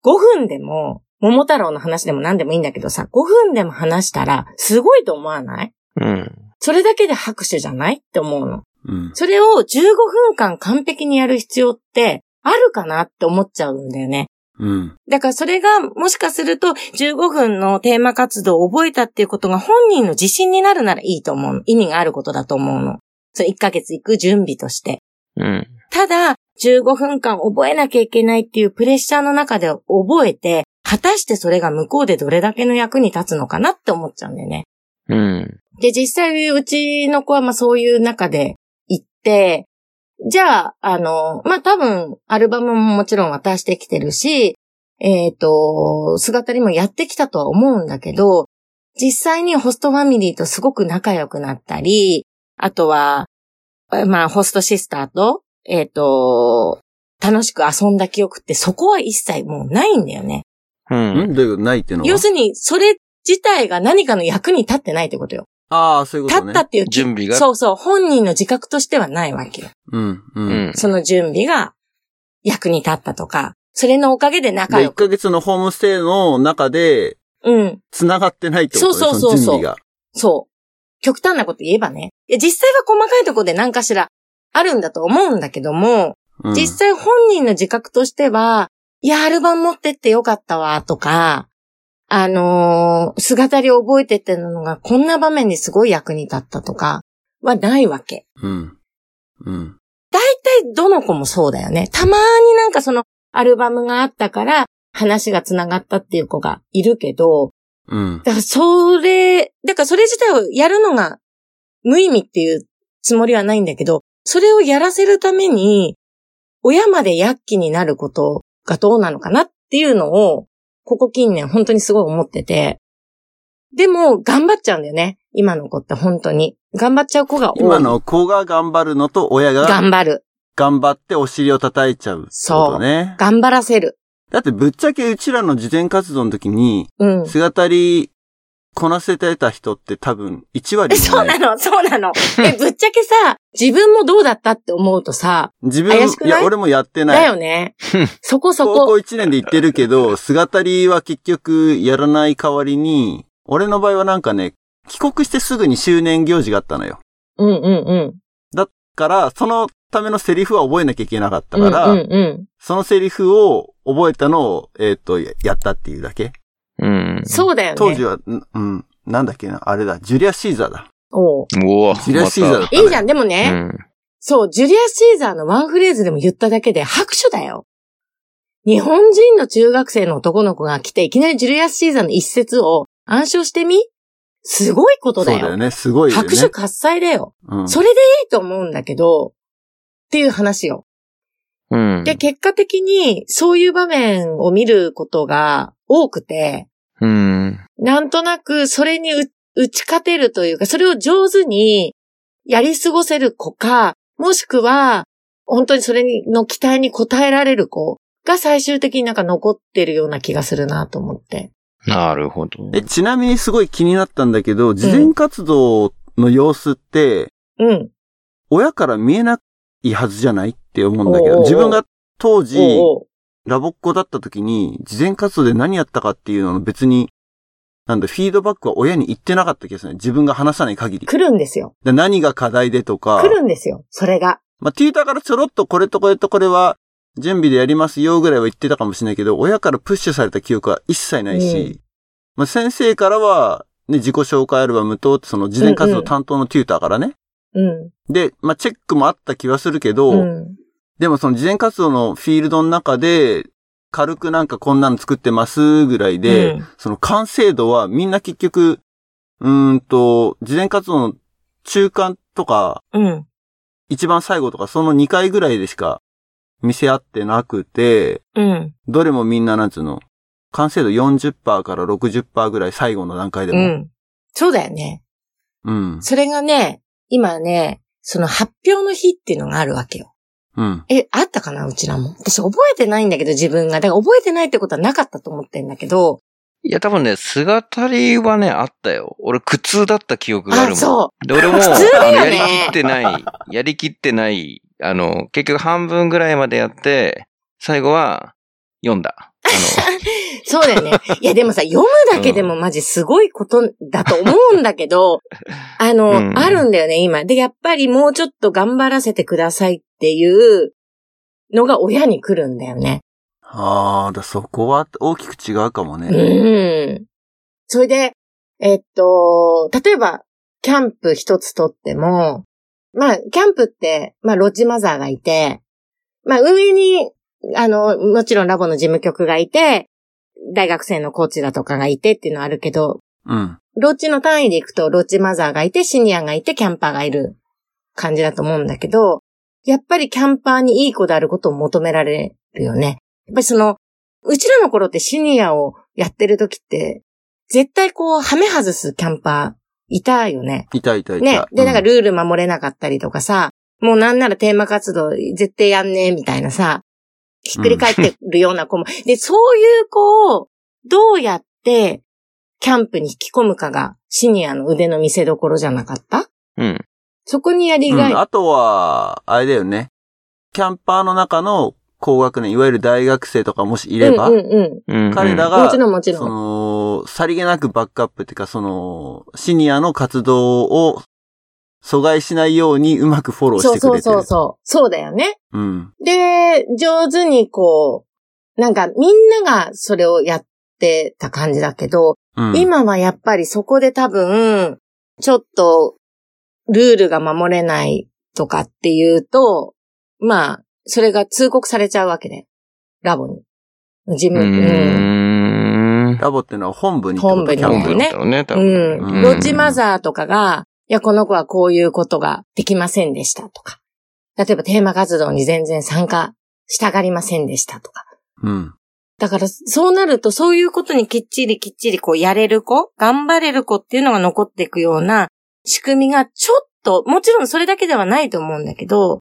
C: 5分でも、桃太郎の話でも何でもいいんだけどさ、5分でも話したら、すごいと思わない
B: うん。
C: それだけで拍手じゃないって思うの。
A: うん。
C: それを15分間完璧にやる必要ってあるかなって思っちゃうんだよね。
A: うん。
C: だからそれがもしかすると15分のテーマ活動を覚えたっていうことが本人の自信になるならいいと思うの。意味があることだと思うの。それ1ヶ月行く準備として。
B: うん。
C: ただ、15分間覚えなきゃいけないっていうプレッシャーの中で覚えて、果たしてそれが向こうでどれだけの役に立つのかなって思っちゃうんだよね。
B: うん。
C: で、実際、うちの子は、まあ、そういう中で行って、じゃあ、あの、まあ、多分、アルバムももちろん渡してきてるし、えっ、と、姿にもやってきたとは思うんだけど、実際にホストファミリーとすごく仲良くなったり、あとは、えまあ、ホストシスターと、えっ、と、楽しく遊んだ記憶ってそこは一切もうないんだよね。
B: うん。
A: んどういうことないっていうのは
C: 要するに、それ自体が何かの役に立ってないってことよ。
A: ああ、そういうこ
C: 立
A: と
C: っ
A: ね。
C: たっていう
B: 準備が。
C: そうそう、本人の自覚としてはないわけよ。
A: うん。う。
B: うんん。
C: その準備が役に立ったとか、それのおかげで仲
A: で、
C: 良
A: 1
C: く。
A: ヶ月のホームステイの中で、
C: うん。
A: 繋がってないってことね
C: そうそうそうそう
A: の準備が。
C: そう。極端なこと言えばね。いや、実際は細かいところで何かしらあるんだと思うんだけども、
A: うん
C: 実際本人の自覚としては、いや、アルバム持ってってよかったわ、とか、あのー姿りを覚えてってのが、こんな場面にすごい役に立ったとか、はないわけ。
A: うん。うん。
C: 大体どの子もそうだよね。たまになんかそのアルバムがあったから話が繋がったっていう子がいるけど、
A: うん。
C: だからそれ、だからそれ自体をやるのが無意味っていうつもりはないんだけど、それをやらせるために、親まで躍起になることがどうなのかなっていうのを、ここ近年本当にすごい思ってて、でも頑張っちゃうんだよね。今の子って本当に。頑張っちゃう子が多い。
A: 今の子が頑張るのと親が
C: 頑張る。
A: 頑張ってお尻を叩いちゃうってことね。
C: 頑張らせる。
A: だってぶっちゃけうちらの事前活動の時に、
C: うん。
A: 姿りこなせてた人って多分1割
C: え、
A: も
C: そ
A: な。
C: うないの、そう なの。え、ぶっちゃけさ、自分もどうだったって思うとさ、
A: 自分、
C: 怪しくない
A: いや、俺もやって
C: だ
A: ない。
C: よね。そこそ
A: 高校
C: こ。
A: 1年で言ってるけど、姿りは結局やらない代わりに、俺の場合はなんかね、帰国してすぐに周年行事があったのよ。
C: うんうんうん。
A: だから、そのためのセリフは覚えなきゃいけなかった
C: うんう
A: から、
C: んうん。
A: そのセリフを覚えたのを、えっ、と、ややったっていうだけ。
B: うん。
C: そうだよね。
A: 当時は、んうん、なんだっけな、あれだ、ジュリア・シーザーだ。
C: おう
B: うわ
A: ジュリア・シーザーだった、ね。
C: いいじゃん、でもね、
B: うん。
C: そう、ジュリア・シーザーのワンフレーズでも言っただけで拍手だよ。日本人の中学生の男の子が来て、いきなりジュリア・シーザーの一節を暗唱してみすごいことだ
A: そうだ
C: よ。
A: よね。すごいよね。
C: 拍手喝采だよ。
A: うん、
C: それでいいと思うんだけど、っていう話よ。
B: うん。
C: で、結果的に、そういう場面を見ることが多くて、
B: うん。
C: なんとなく、それにう打ち勝てるというか、それを上手にやり過ごせる子か、もしくは、本当にそれにの期待に応えられる子が最終的になんか残ってるような気がするなと思って。
B: なるほど。
A: え、ちなみにすごい気になったんだけど、事前活動の様子って、
C: うん。
A: 親から見えないはずじゃないって思うんだけ
C: おうおうお
A: ど、
C: う
A: 自分が当時、
C: おうおう
A: ラボっ子だった時に、事前活動で何やったかっていうのの別に、なんだ、フィードバックは親に言ってなかった気がするね。自分が話さない限り。
C: 来るんですよ。
A: で何が課題でとか
C: 来、るんですよ。それが。
A: まあ、テューターからちょろっとこれとこれとこれは準備でやりますよぐらいは言ってたかもしれないけど、親からプッシュされた記憶は一切ないし、
C: うん
A: まあ、先生からは、ね、自己紹介アルバムと、その事前活動担当のテューターからね。
C: うん。
A: で、まあ、チェックもあった気はするけど、
C: うん。
A: でもその事前活動のフィールドの中で、軽くなんかこんなの作ってますぐらいで、
C: うん
A: その完成度はみんな結局、うーんと、事前活動の中間とか、
C: うん。
A: 一番最後とかその2回ぐらいでしか見せ合ってなくて、
C: うん。
A: どれもみんななんつうの、完成度40%から60%ぐらい最後の段階で
C: う
A: も。
C: ん。そうだよね。
A: うん。
C: それがね、今ね、その発表の日っていうのがあるわけよ。
A: うん。
C: え、あったかなうちらも。私覚えてないんだけど、自分が。だから覚えてないってことはなかったと思ってんだけど。
B: いや、多分ね、姿りはね、あったよ。俺、苦痛だった記憶があるもん。
C: あそ
B: で、俺も、
C: 苦痛
B: あ
C: だ
B: の
C: よ
B: やり
C: ね
B: きってない、やりきってない、あの、結局半分ぐらいまでやって、最後は、読んだ。あ
C: そうだ よね。いやでもさ、読むだけでもマジすごいことだと思うんだ けど、あの、
B: うん
C: あるんだよね、今。で、やっぱりもうちょっと頑張らせてくださいっていうのが親に来るんだよね。
A: あー、だそこは大きく違うかもね。
C: うん。それで、えっと、例えば、キャンプ一つとっても、まあ、キャンプって、まあ、ロッジマザーがいて、まあ、上に、あの、もちろんラボの事務局がいて、大学生のコーチだとかがいてっていうのはあるけど、
A: うん。
C: ロッジの単位で行くと、ロッジマザーがいて、シニアがいて、キャンパーがいる感じだと思うんだけど、やっぱりキャンパーにいい子であることを求められるよね。やっぱりその、うちらの頃ってシニアをやってる時って、絶対こう、はめ外すキャンパーいたよね。
A: いたいたいた。
C: ね。で、なんか
A: うん
C: ルール守れなかったりとかさ、もうなんならテーマ活動絶対やんねえみたいなさ、ひっくり返ってるような子も。で、そういう子をどうやってキャンプに引き込むかがシニアの腕の見せ所じゃなかった
B: の、うん。
C: そこにやりがい。
A: うん、あとは、あれだよね。キャンパーの中の高学年、いわゆる大学生とかもしいれば、
C: うんうん
B: うん、うん
A: 彼ら
C: うん。も
A: が、
C: ちろんもちろ
A: そ
C: ん。
A: の、さりげなくバックアップっていうか、その、シニアの活動を阻害しないようにうまくフォローし
C: そう
A: てく
C: そ
A: れて
C: う
A: る。
C: そうそう。そうだよね。
A: うん。
C: で、上手にこう、なんかみんながそれをやってた感じだけど、
A: うん。
C: 今はやっぱりそこで多分、ちょっと、ルールが守れないとかっていうと、まあ、それが通告されちゃうわけで、ラボに。事
B: う
C: 務、うん
B: ん。
A: ラボっていうのは本部にってこと
C: 本部に
A: キャン
B: 本
A: プ
B: 部
A: の
B: だったよね、多
C: う
B: 分。
A: うん
C: ん。ロッジマザーとかが、いや、この子はこういうことができませんでしたとか。例えばテーマ活動に全然参加したがりませんでしたとか。
A: うん。
C: だから、そうなると、そういうことにきっちりきっちりこうやれる子、頑張れる子っていうのが残っていくような仕組みがちょっと、もちろんそれだけではないと思うんだけど、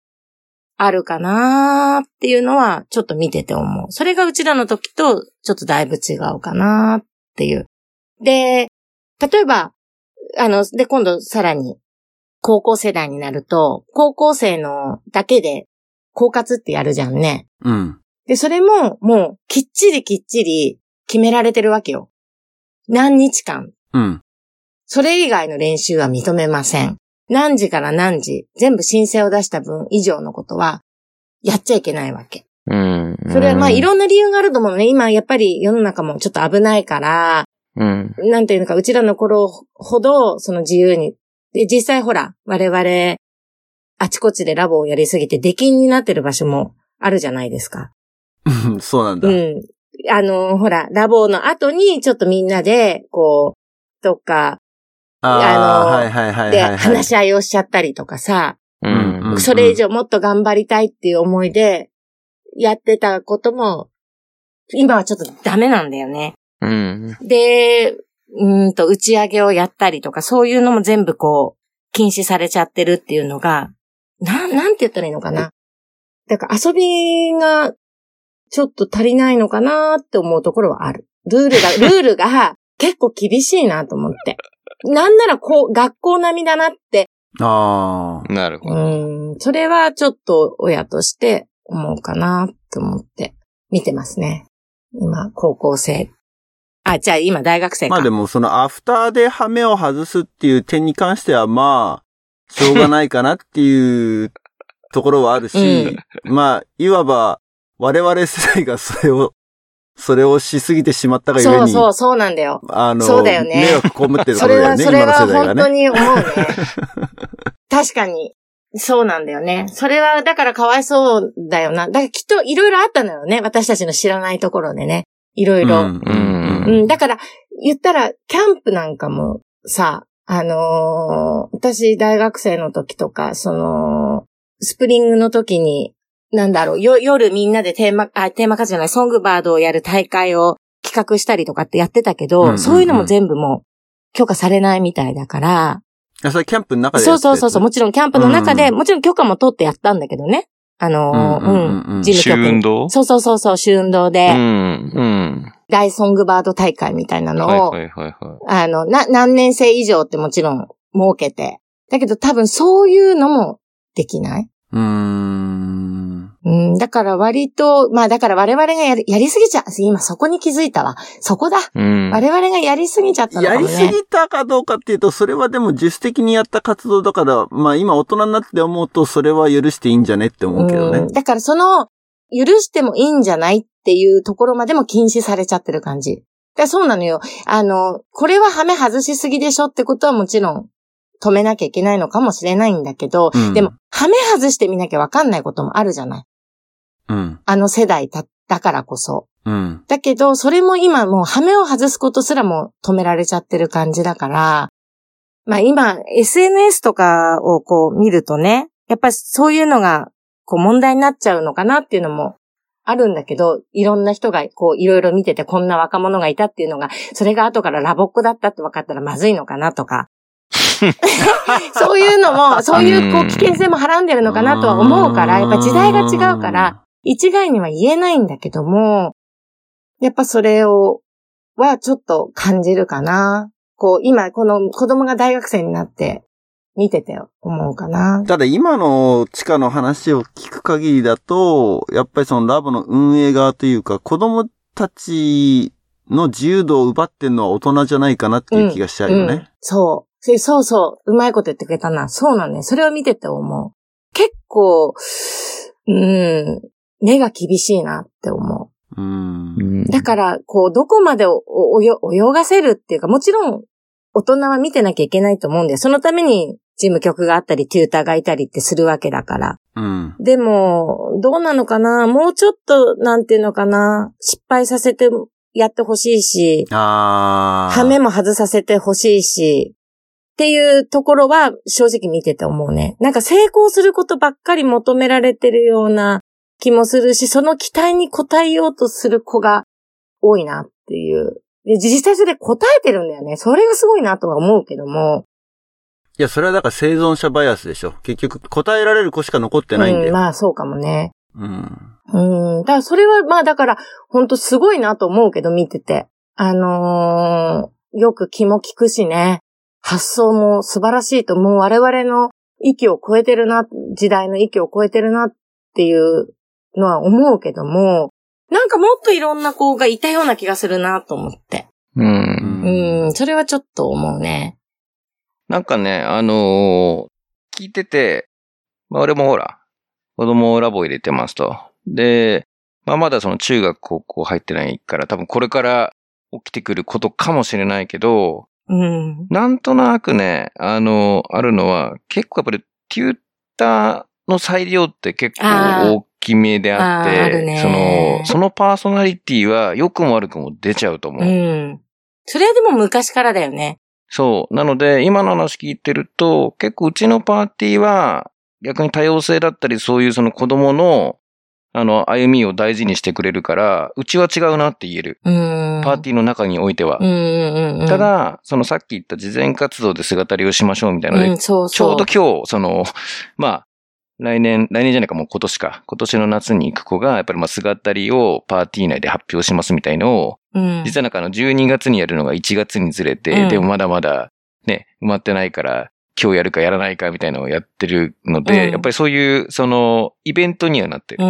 C: あるかなーっていうのはちょっと見てて思う。それがうちらの時とちょっとだいぶ違うかなーっていう。で、例えば、あの、で、今度さらに高校世代になると、高校生のだけで高活ってやるじゃんね。
A: うん。
C: で、それも、もう、きっちりきっちり決められてるわけよ。何日間。
A: うん。
C: それ以外の練習は認めません。何時から何時、全部申請を出した分以上のことは、やっちゃいけないわけ。
B: うん。
C: それはまあい
B: 色
C: ろんな理由があると思うのね。今やっぱり世の中もちょっと危ないから、
B: うん。
C: なんていうのか、うちらの頃ほど、その自由に。で、実際ほら、我々、あちこちでラボをやりすぎて、出禁になってる場所もあるじゃないですか。
A: うん そうなんだ。
C: うん。あの、ほら、ラボの後に、ちょっとみんなで、こう、とか、
A: ああ、
C: あの
A: はいはいはいはい、
C: で、
A: はい。
C: 話し合いをしちゃったりとかさ、
B: うん。
A: うん
C: それ以上もっと頑張りたいっていう思いで、やってたことも、今はちょっとダメなんだよね。
B: うん。
C: で、うーんと、打ち上げをやったりとか、そういうのも全部こう、禁止されちゃってるっていうのが、なん、なんて言ったらいいのかな。だから遊びがちょっと足りないのかなって思うところはある。ルール が、ルールが結構厳しいなと思って。なんならこう、学校並みだなって、
A: ああ。
B: なるほど。
C: うん、それはちょっと親として思うかなと思って見てますね。今、高校生。あ、じゃあ今大学生か。
A: まあでもそのアフターで羽目を外すっていう点に関してはまあ、しょうがないかなっていうところはあるし、まあ、いわば我々世代がそれを、それをしすぎてしまったがゆえに、
C: そうそう、そうなんだよ。
A: あの、
C: そうだよね
A: 迷惑こむってると
C: そ
A: ころ
C: れ
A: だよ
C: は、
A: ね、
C: そ
A: 今
C: れ
A: の
C: は
A: 世代が
C: 本当
A: ね。
C: に思 うね。確かに。そうなんだよね。それは、だからかわいそうだよな。だからきっといろいろあったのよね。私たちの知らないところでね。いろいろ。
A: うん
B: うん
C: うん、だから、言ったら、キャンプなんかもさ、あのー私、大学生の時とか、その、スプリングの時に、なんだろう、よ、夜みんなでテーマ、あ、テーマ化じゃない、ソングバードをやる大会を企画したりとかってやってたけ
A: う
C: ど、
A: んうんうん
C: そういうのも全部もう、許可されないみたいだから、
A: あ、それキャンプの中でや
C: そ
A: っ
C: う
A: てた
C: そ
A: や
C: う
A: つ
C: そうそう、もちろんキャンプの中で、
A: うん
C: もちろん許可も取ってやったんだけどね。あの
A: う
C: ーうんん
A: うんうんうん
C: 事務
B: 週
C: 局に
B: 運動
C: そうそうそうそう、主運動で、
B: うん。うん。
C: 大ソングバード大会みたいなのを、
B: はいはいはいは
C: あの、な、何年生以上ってもちろん設けて。だけど多分そういうのもできないう
A: ーん。
C: うん、だから割と、まあだから我々がやり、やりすぎちゃ、今そこに気づいたわ。そこだ。
B: い。うん。
C: 我々がやりすぎちゃったの
A: や
C: かも
A: り
C: ね。
A: すぎたかどうかっていうと、それはでも自主的にやった活動だから、まあ今大人になって思うと、それは許していいんじゃねって思うけど
C: うん
A: ね。
C: だからその、許してもいいんじゃないっていうところまでも禁止されちゃってる感じ。だからそうなのよ。あの、これはハメ外しすぎでしょってことはもちろん止めなきゃいけないのかもしれないんだけど、
A: うん
C: でも、ハメ外してみなきゃわかんないこともあるじゃない。
A: うん。
C: あの世代だだからこそ。
A: うん。
C: だけど、それも今もう羽目を外すことすらもう止められちゃってる感じだから、まあ今、SNS とかをこう見るとね、やっぱりそういうのがこう問題になっちゃうのかなっていうのもあるんだけど、いろんな人がこういろいろ見ててこんな若者がいたっていうのが、それが後からラボっ子だったって分かったらまずいのかなと か。そういうのも、そういうこう危険性もはらんでるのかなとは思うから、やっぱ時代が違うから、一概には言えないんだけども、やっぱそれを、はちょっと感じるかな。こう、今、この子供が大学生になって見てて思うかな。
A: ただ今の地下の話を聞く限りだと、やっぱりそのラボの運営側というか、子供たちの自由度を奪ってるのは大人じゃないかなっていう気がしちゃうよ
C: う
A: ね
C: ん。そう。せそうそう。うまいこと言ってくれたな。そうなんね。それを見てて思う。結構、うん、目が厳しいなって思
A: う
C: う。
A: ん。
B: うん
C: だから、こう、どこまでおおよ泳がせるっていうか、もちろん、大人は見てなきゃいけないと思うんだよ。そのために、事務局があったり、テューターがいたりってするわけだから。
A: うん。
C: でも、どうなのかなもうちょっと、なんていうのかな失敗させてやってほしいし、
A: あー。
C: 羽目も外させてほしいし、っていうところは正直見てて思うね。なんか成功することばっかり求められてるような気もするし、その期待に応えようとする子が多いなっていう。で、実際それで応えてるんだよね。それがすごいなとは思うけども。
A: いや、それはだから生存者バイアスでしょ。結局、答えられる子しか残ってないんだ
C: うん、
A: よ。
C: まあそうかもね。
A: うん。
C: うん。だからそれはまあだから、ほんとすごいなと思うけど見てて。あのーよく気も利くしね。発想も素晴らしいと、もう我々の域を超えてるな、時代の域を超えてるなっていうのは思うけども、なんかもっといろんな子がいたような気がするなと思って。
B: うん。
C: うん、それはちょっと思うね。
B: なんかね、あのー聞いてて、まあ俺もほら、子供をラボ入れてますと。で、まあまだその中学高校入ってないから、多分これから起きてくることかもしれないけど、
C: うん。
B: なんとなくね、あのーあるのは、結構やっぱりテューターの裁量って結構
C: あー
B: 大きめであっ
C: あーあ
B: て
C: る、ね
B: その、そのパーソナリティは良くも悪くも出ちゃうと思う。
C: うん。それはでも昔からだよね。
B: そう。なので、今の話聞いてると、結構うちのパーティーは、逆に多様性だったり、そういうその子供の、あの、歩みを大事にしてくれるから、うちは違うなって言える。
C: うん。
B: パーティーの中においては
C: う。んうんうん。
B: ただ、そのさっき言った慈善活動で姿りをしましょうみたいなので、
C: うん、そう
B: ちょ
C: そう う。
B: ど今日、その、まあ、来年、来年じゃないか、もう今年か。今年の夏に行く子が、やっぱりまあ姿りをパーティー内で発表しますみたいのを、
C: うん。
B: 実はなんかあの12月にやるのが1月にずれて、
C: うん
B: でもまだまだね、埋まってないから、今日やるかやらないかみたいなのをやってるので、
C: うん
B: やっぱりそういう、その、イベントにはなってる。
C: う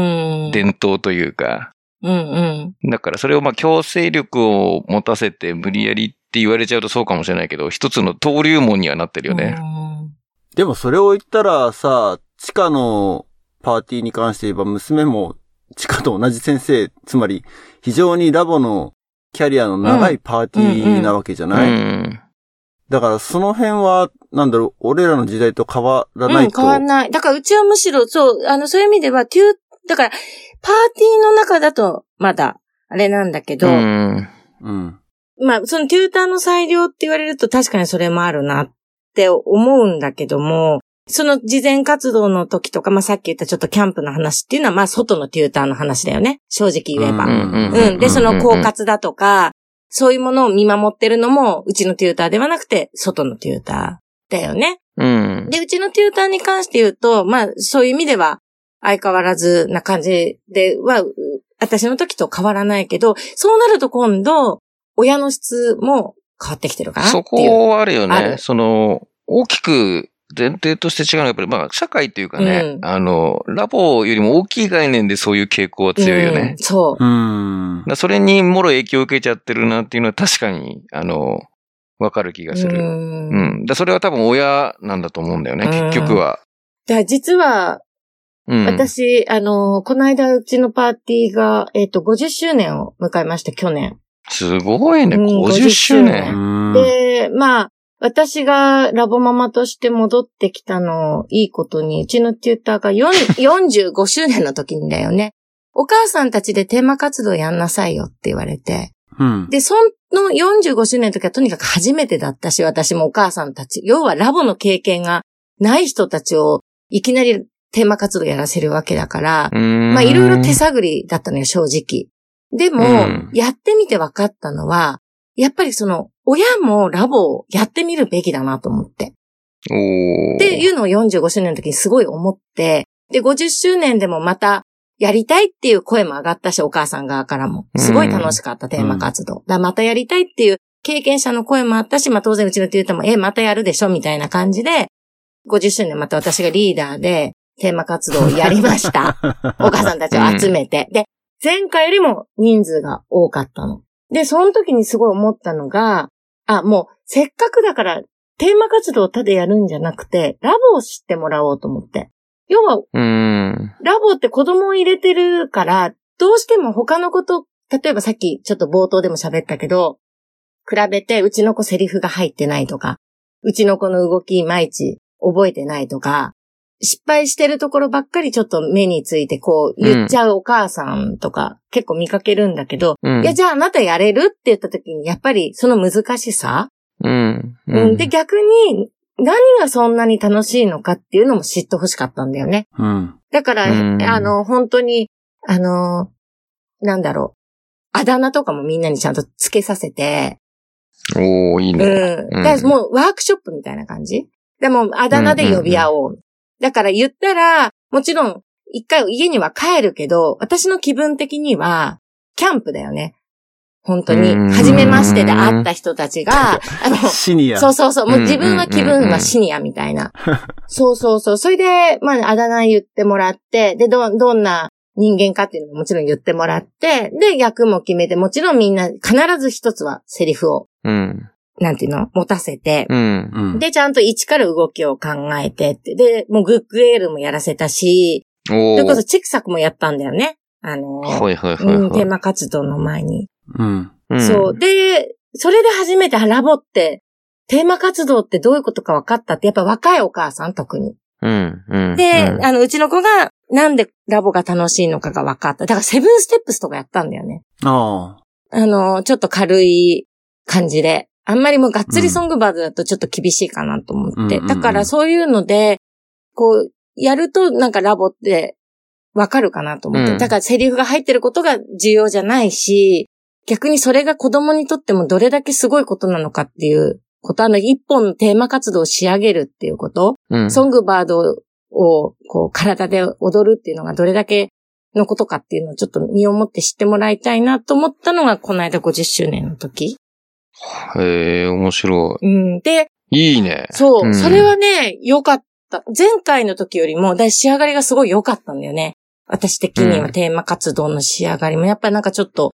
C: ん。
B: 伝統というか。
C: うんうん。
B: だからそれをまあ強制力を持たせて無理やりって言われちゃうとそうかもしれないけど、一つの登竜門にはなってるよね。
C: うん
A: でもそれを言ったらさ、地下のパーティーに関して言えば娘も地下と同じ先生、つまり非常にラボのキャリアの長いパーティーなわけじゃ
B: う
A: ない、
B: ん。
A: だからその辺は、なんだろう、俺らの時代と変わらな
C: う
A: い
C: ん、
A: と。
C: 変わんない。だからうちはむしろ、そう、あの、そういう意味では、テュー、だから、パーティーの中だと、まだ、あれなんだけど、
B: うん。
A: うん。
C: まあ、そのテューターの裁量って言われると確かにそれもあるなって思うんだけども、その事前活動の時とか、まあさっき言ったちょっとキャンプの話っていうのは、まあ外のテューターの話だよね。正直言えば。
B: うん
C: うん。で、その
B: 効
C: 狡
B: 果
C: 猾だとか、そういうものを見守ってるのも、うちのテューターではなくて、外のテューターだよね。
B: うん。
C: で、うちのテューターに関して言うと、まあ、そういう意味では、相変わらずな感じでは、う私の時と変わらないけど、そうなると今度、親の質も変わってきてるかなってい。
B: そう
C: こ
B: こはあるよ
C: あ
B: ね。
C: る
B: その、大きく前提として違うのは、やっぱりまあ、社会というかね、
C: うん
B: あの、ラボよりも大きい概念でそういう傾向は強いよね。だか
C: そうう。
A: ん。
B: らそれにもろ影響を受けちゃってるなっていうのは確かに、あの、わかる気がす
C: う
B: る。
C: ん
B: うん。だからそれは多分親なんだと思うんだよね、
C: うん
B: 結局は。
C: だから実は、
B: うん。
C: 私、あの、この間、うちのパーティーが、えっ、と、50周年を迎えました、去年。
B: すごいね、
C: うん
B: 50周年。
A: うん
C: で、まあ、私がラボママとして戻ってきたのをいいことに、うちのテューターが4 45周年の時にだよね。お母さんたちでテーマ活動やんなさいよって言われて。
A: うん。
C: で、その45周年の時はとにかく初めてだったし、私もお母さんたち、要はラボの経験がない人たちをいきなりテーマ活動やらせるわけだから、
B: ま
C: まあいろいろ手探りだったのよ、正直。でも、
B: うん
C: やってみて分かったのは、やっぱりその、親もラボをやってみるべきだなと思って。
B: おー
C: っていうのを45周年の時にすごい思って、で、50周年でもまた、やりたいっていう声も上がったし、お母さん側からも。すごい楽しかった、テーマ活動。だからまたやりたいっていう経験者の声もあったし、まあ当然うちのテューターも、え、またやるでしょみたいな感じで、50周年また私がリーダーで、テーマ活動をやりました。 お母さんたちを集めて。で、前回よりも人数が多かったの。で、その時にすごい思ったのが、あ、もう、せっかくだから、テーマ活動をただやるんじゃなくて、ラボを知ってもらおうと思って。要は、
B: うん。
C: ラボって子供を入れてるから、どうしても他のこと、例えばさっきちょっと冒頭でも喋ったけど、比べてうちの子セリフが入ってないとか、うちの子の動きいまいち覚えてないとか、失敗してるところばっかりちょっと目についてこう言っちゃうお母さんとか結構見かけるんだけど、
B: うん。
C: いやじゃああなたやれるって言った時にやっぱりその難しさ、
B: うん。
C: う、
B: うんん。
C: で逆に何がそんなに楽しいのかっていうのも知ってほしかったんだよね。
A: うん。
C: だから、
B: うん
C: あの、本当に、あの、なんだろう。あだ名とかもみんなにちゃんとつけさせて、
B: おーいいうね。
C: ん。だからもうワークショップみたいな感じでも、あだ名で呼び合おう。だから言ったら、もちろん、一回家には帰るけど、私の気分的には、キャンプだよね。本当に
B: うん、
C: 初めましてで会った人たちが、あの、
A: シニア。
C: そうそうそう。もう
B: うんうんうん
C: 自分は気分はシニアみた いな。そうそうそう。それで、まあ、あだ名言ってもらって、で、ど、どんな人間かっていうのももちろん言ってもらって、で、役も決めて、もちろんみんな必ず一つはセリフを、
B: うん。
C: なんていうの、持たせて、
B: うん。
A: うん。
C: で、ちゃんと一から動きを考えてって、で、もうグッグエールもやらせたし、
B: お
C: そ
B: ー
C: れこそチェクサクもやったんだよね。あの、
B: はいはいはい
C: うん、テー
B: は
C: マ活動の前に。
A: うん。
B: い。ん
C: そう。。で、それで初めてあラボって、テーマ活動ってどういうことか分かったって、やっぱ若いお母さん特に。
B: うん。うん。
C: で、
B: うん
C: あの、うちの子がなんでラボが楽しいのかが分かった。だからセブンステップスとかやったんだよね。
A: ああ。
C: あの、ちょっと軽い感じで。あんまりもうがっつりソングバードだとちょっと厳しいかなと思って。
A: うん
C: だからそういうので、こう、やるとなんかラボってわかるかなと思って。
B: うん
C: だからセリフが入ってることが重要じゃないし、逆にそれが子供にとってもどれだけすごいことなのかっていうこと、あの一本のテーマ活動を仕上げるっていうこと、
B: うん
C: ソングバードを、こう、体で踊るっていうのがどれだけのことかっていうのをちょっと身をもって知ってもらいたいなと思ったのが、この間50周年の時。
B: へえ、面白
C: うん。で、
B: い。いいね。
C: そう、
B: ん
C: それはね、良かった。前回の時よりも、だい仕上がりがすごい良かったんだよね。私的に
B: う
C: は
B: ん
C: テーマ活動の仕上がりも、やっぱりなんかちょっと、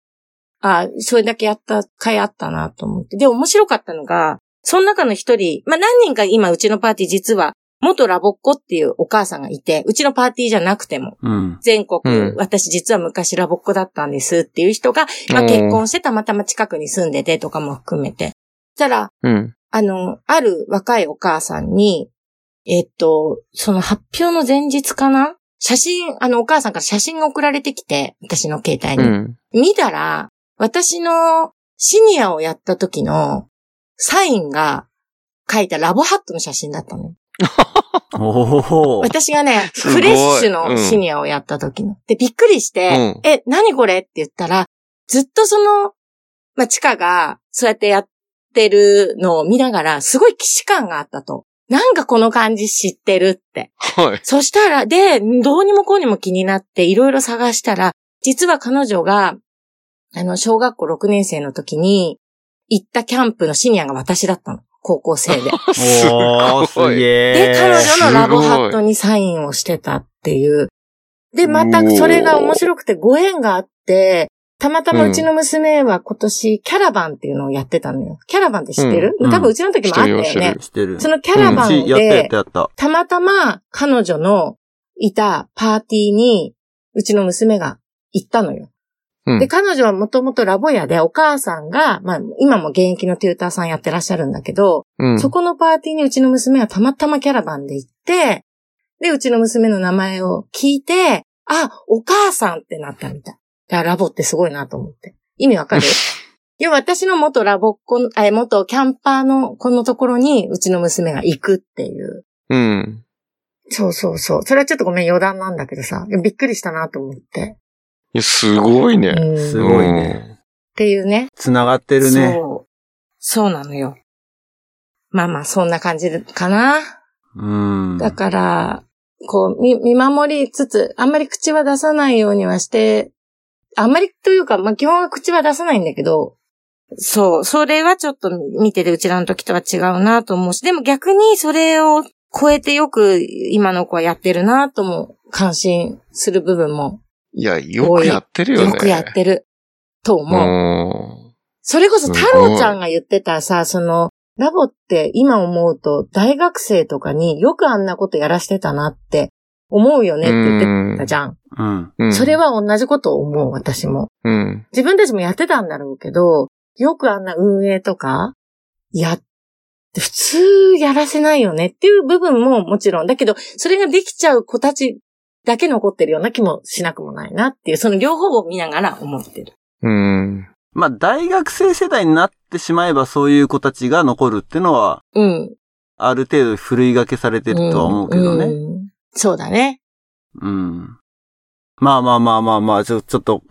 C: あそれだけやった回あったなと思って。で、面白かったのが、その中の一人、まあ何人か今うちのパーティー実は、元ラボっ子っていうお母さんがいて、うちのパーティーじゃなくても、
A: うん。
C: 全国、
B: うん
C: 私実は昔ラボっ子だったんですっていう人が、まあ、
B: うん
C: 結婚してたまたま近くに住んでてとかも含めて。そしたら、
B: うん。
C: あの、ある若いお母さんに、えっと、その発表の前日かな写真、あのお母さんから写真が送られてきて、私の携帯
B: う
C: に。
B: ん。
C: 見たら、私のシニアをやった時のサインが書いたラボハットの写真だったのよ。
A: おお。
C: 私がね、
B: すごい
C: フレッシュ
B: う
C: の
B: ん
C: シニアをやった時の。で、びっくりして、
B: う
C: え、何これって言ったら、ずっとその、まあ、チカが、そうやってやってるのを見ながら、すごい既視感があったと。なんかこの感じ知ってるって。
B: はい。
C: そしたら、で、どうにもこうにも気になって、いろいろ探したら、実は彼女が、あの、小学校6年生の時に、行ったキャンプのシニアが私だったの。高校生で。
B: す
A: おー
B: ご
A: すげ
B: い。
A: え
C: で、。彼女のラボハットにサインをしてたっていう。で、またそれが面白くてご縁があって、たまたまうちの娘は今年キャラバンっていうのをやってたのよ。キャラバンって知ってる、
A: うん
C: 多分うちの時もあったよ
B: 知ってるよ知っ
C: ね
B: て。
A: してる。
C: そのキャラバン
A: うんやったやっ
C: で
A: た、やった。
C: たまたま彼女のいたパーティーに、うちの娘が行ったの
B: う
C: よ。
B: ん
C: で、彼女はもともとラボ屋でお母さんが、まあ今も現役のテューターさんやってらっしゃるんだけど、
B: うん。
C: そこのパーティーにうちの娘はたまたまキャラバンで行って、で、うちの娘の名前を聞いて、あ、お母さんってなったみたい。だからラボってすごいなと思って。意味わ かる要は私の元ラボっ子の、え、元キャンパーの子のところにうちの娘が行くっていう。
B: うん。
C: そうそうそう。それはちょっとごめん余談なんだけどさ。でもびっくりしたなと思って。
B: いや、すごいね。
C: うん。っ
A: すごいね。
C: ていうね。
A: 繋がってるね。
C: そう。そうなのよ。まあまあ、そんな感じかな。
A: うん。
C: だから、こう、見、見守りつつ、あんまり口は出さないようにはして、あんまりというか、まあ、基本は口は出さないんだけど、そう、それはちょっと見てて、うちらの時とは違うなと思うし、でも逆にそれを超えてよく今の子はやってるなとも感心する部分も、
B: いや、よくやってるよね。
C: よくやってると思う。
B: も
C: それこそ
B: すご
C: 太
B: い
C: 郎ちゃんが言ってたさ、その、ラボって今思うと大学生とかによくあんなことやらしてたなって思うよねって言ってたじゃん。
A: うん。
B: うん。
C: それ、は同じことを思う、私も。
B: うん。
C: 自分たちもやってたんだろうけど、よくあんな運営とか、やっ、普通やらせないよねっていう部分ももちろん。だけど、それができちゃう子たちだけ残ってるような気もしなくもないなっていう、その両方を見ながら思ってる。
B: うん。
A: まあ、大学生世代になってしまえばそういう子たちが残るってのは、
C: うん。
A: ある程度ふるいがけされてるとは思うけどね。
C: んうんそうだね。
A: うん。まあまあまあまあまあ、ちょ、ちょっと、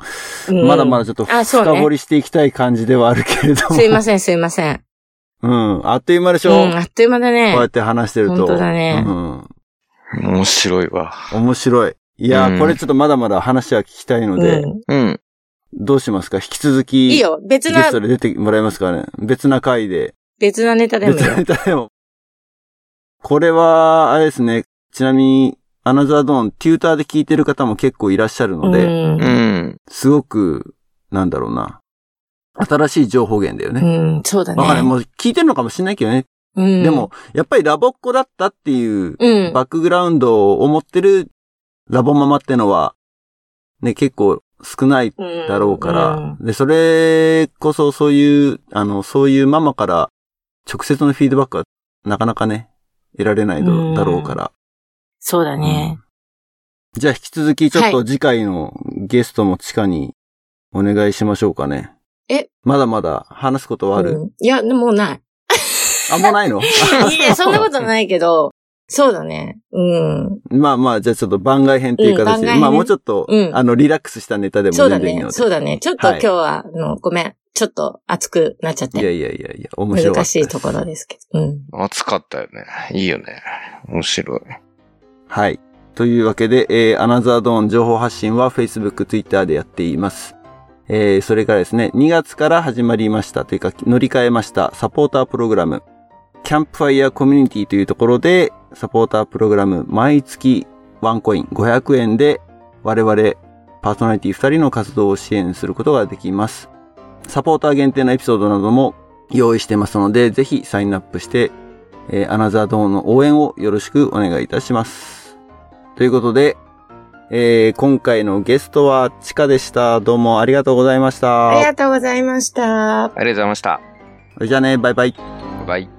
C: うん
A: まだまだちょっと
C: あそうね
A: 深掘りしていきたい感じではあるけれども。
C: すいません、すいません。
A: うん。あっという間でし
C: う
A: ょ、
C: ん、あっという間だ
A: こうやっ
C: ね。
A: て話してると。
C: 本当だね
A: うん。
B: 面白いわ。
A: 面白い。いやー、
B: うん
A: これちょっとまだまだ話は聞きたいので、
C: うん
B: うん。
A: どうしますか引き続き、
C: いいよ、別
A: ゲ
C: な
A: ス、トで出てもらえますかね別な回で。
C: 別なネタでもいい
A: 別
C: よ
A: な。ネタでも。これは、あれですね。ちなみに、アナザードーン、テューターで聞いてる方も結構いらっしゃるので、
C: うん
B: うん。
A: すごく、なんだろうな。新しい情報源だよね。
C: うん、そうだね。
A: わ、かんない。もう聞いてるのかもしれないけどね。
C: うん
A: でも、、やっぱりラボっ子だったっていう、
C: う ん。
A: バックグラウンドを持ってるラボママってのは、ね、結構少ないだろうから、で、それこそそういう、あの、そういうママから直接のフィードバックはなかなかね、得られないだ
C: うん
A: だろうから。
C: そうだね。
A: うんじゃあ引き続きちょっ
C: は
A: と次回のゲストも地下にお願いしましょうかね。
C: え
A: まだまだ話すことはある、
C: うんいや、でももう ない。
A: あ、もう ないの
C: いや、そんなことないけど、そうだね。うん。
A: まあまあ、じゃあちょっと番外編っていう
C: うん
A: 形
C: 番
A: で、
C: 外編
A: まあもうちょっと、
C: うん
A: あの、リラックスしたネタでも
C: そうだ
A: 全然いい
C: ね
A: の。で。
C: そうだね。ちょっと
A: はい
C: 今日は、あの、ごめん。ちょっと熱くなっちゃっ
A: いや
C: て。
A: いやいやいや、面白かった
C: 難
A: です
C: しいところですけど。うん。
B: 暑かったよね。いいよね。面白い。
A: はい。というわけで、えー、アナザードーン情報発信は Facebook、Twitter でやっています。えー、それからですね、2月から始まりましたというか、乗り換えましたサポータープログラム、キャンプファイヤーコミュニティというところで、サポータープログラム毎月ワンコイン500円で、我々パーソナリティ2人の活動を支援することができます。サポーター限定のエピソードなども用意してますので、ぜひサインアップして、えーアナザードーンの応援をよろしくお願いいたします。ということで、えー今回のゲストはチカでした。どうもありがとうございまし
C: あり
A: た。
C: がとうございました。
B: ありがとうございました。
A: じゃあね、バイバイ。
B: バイ。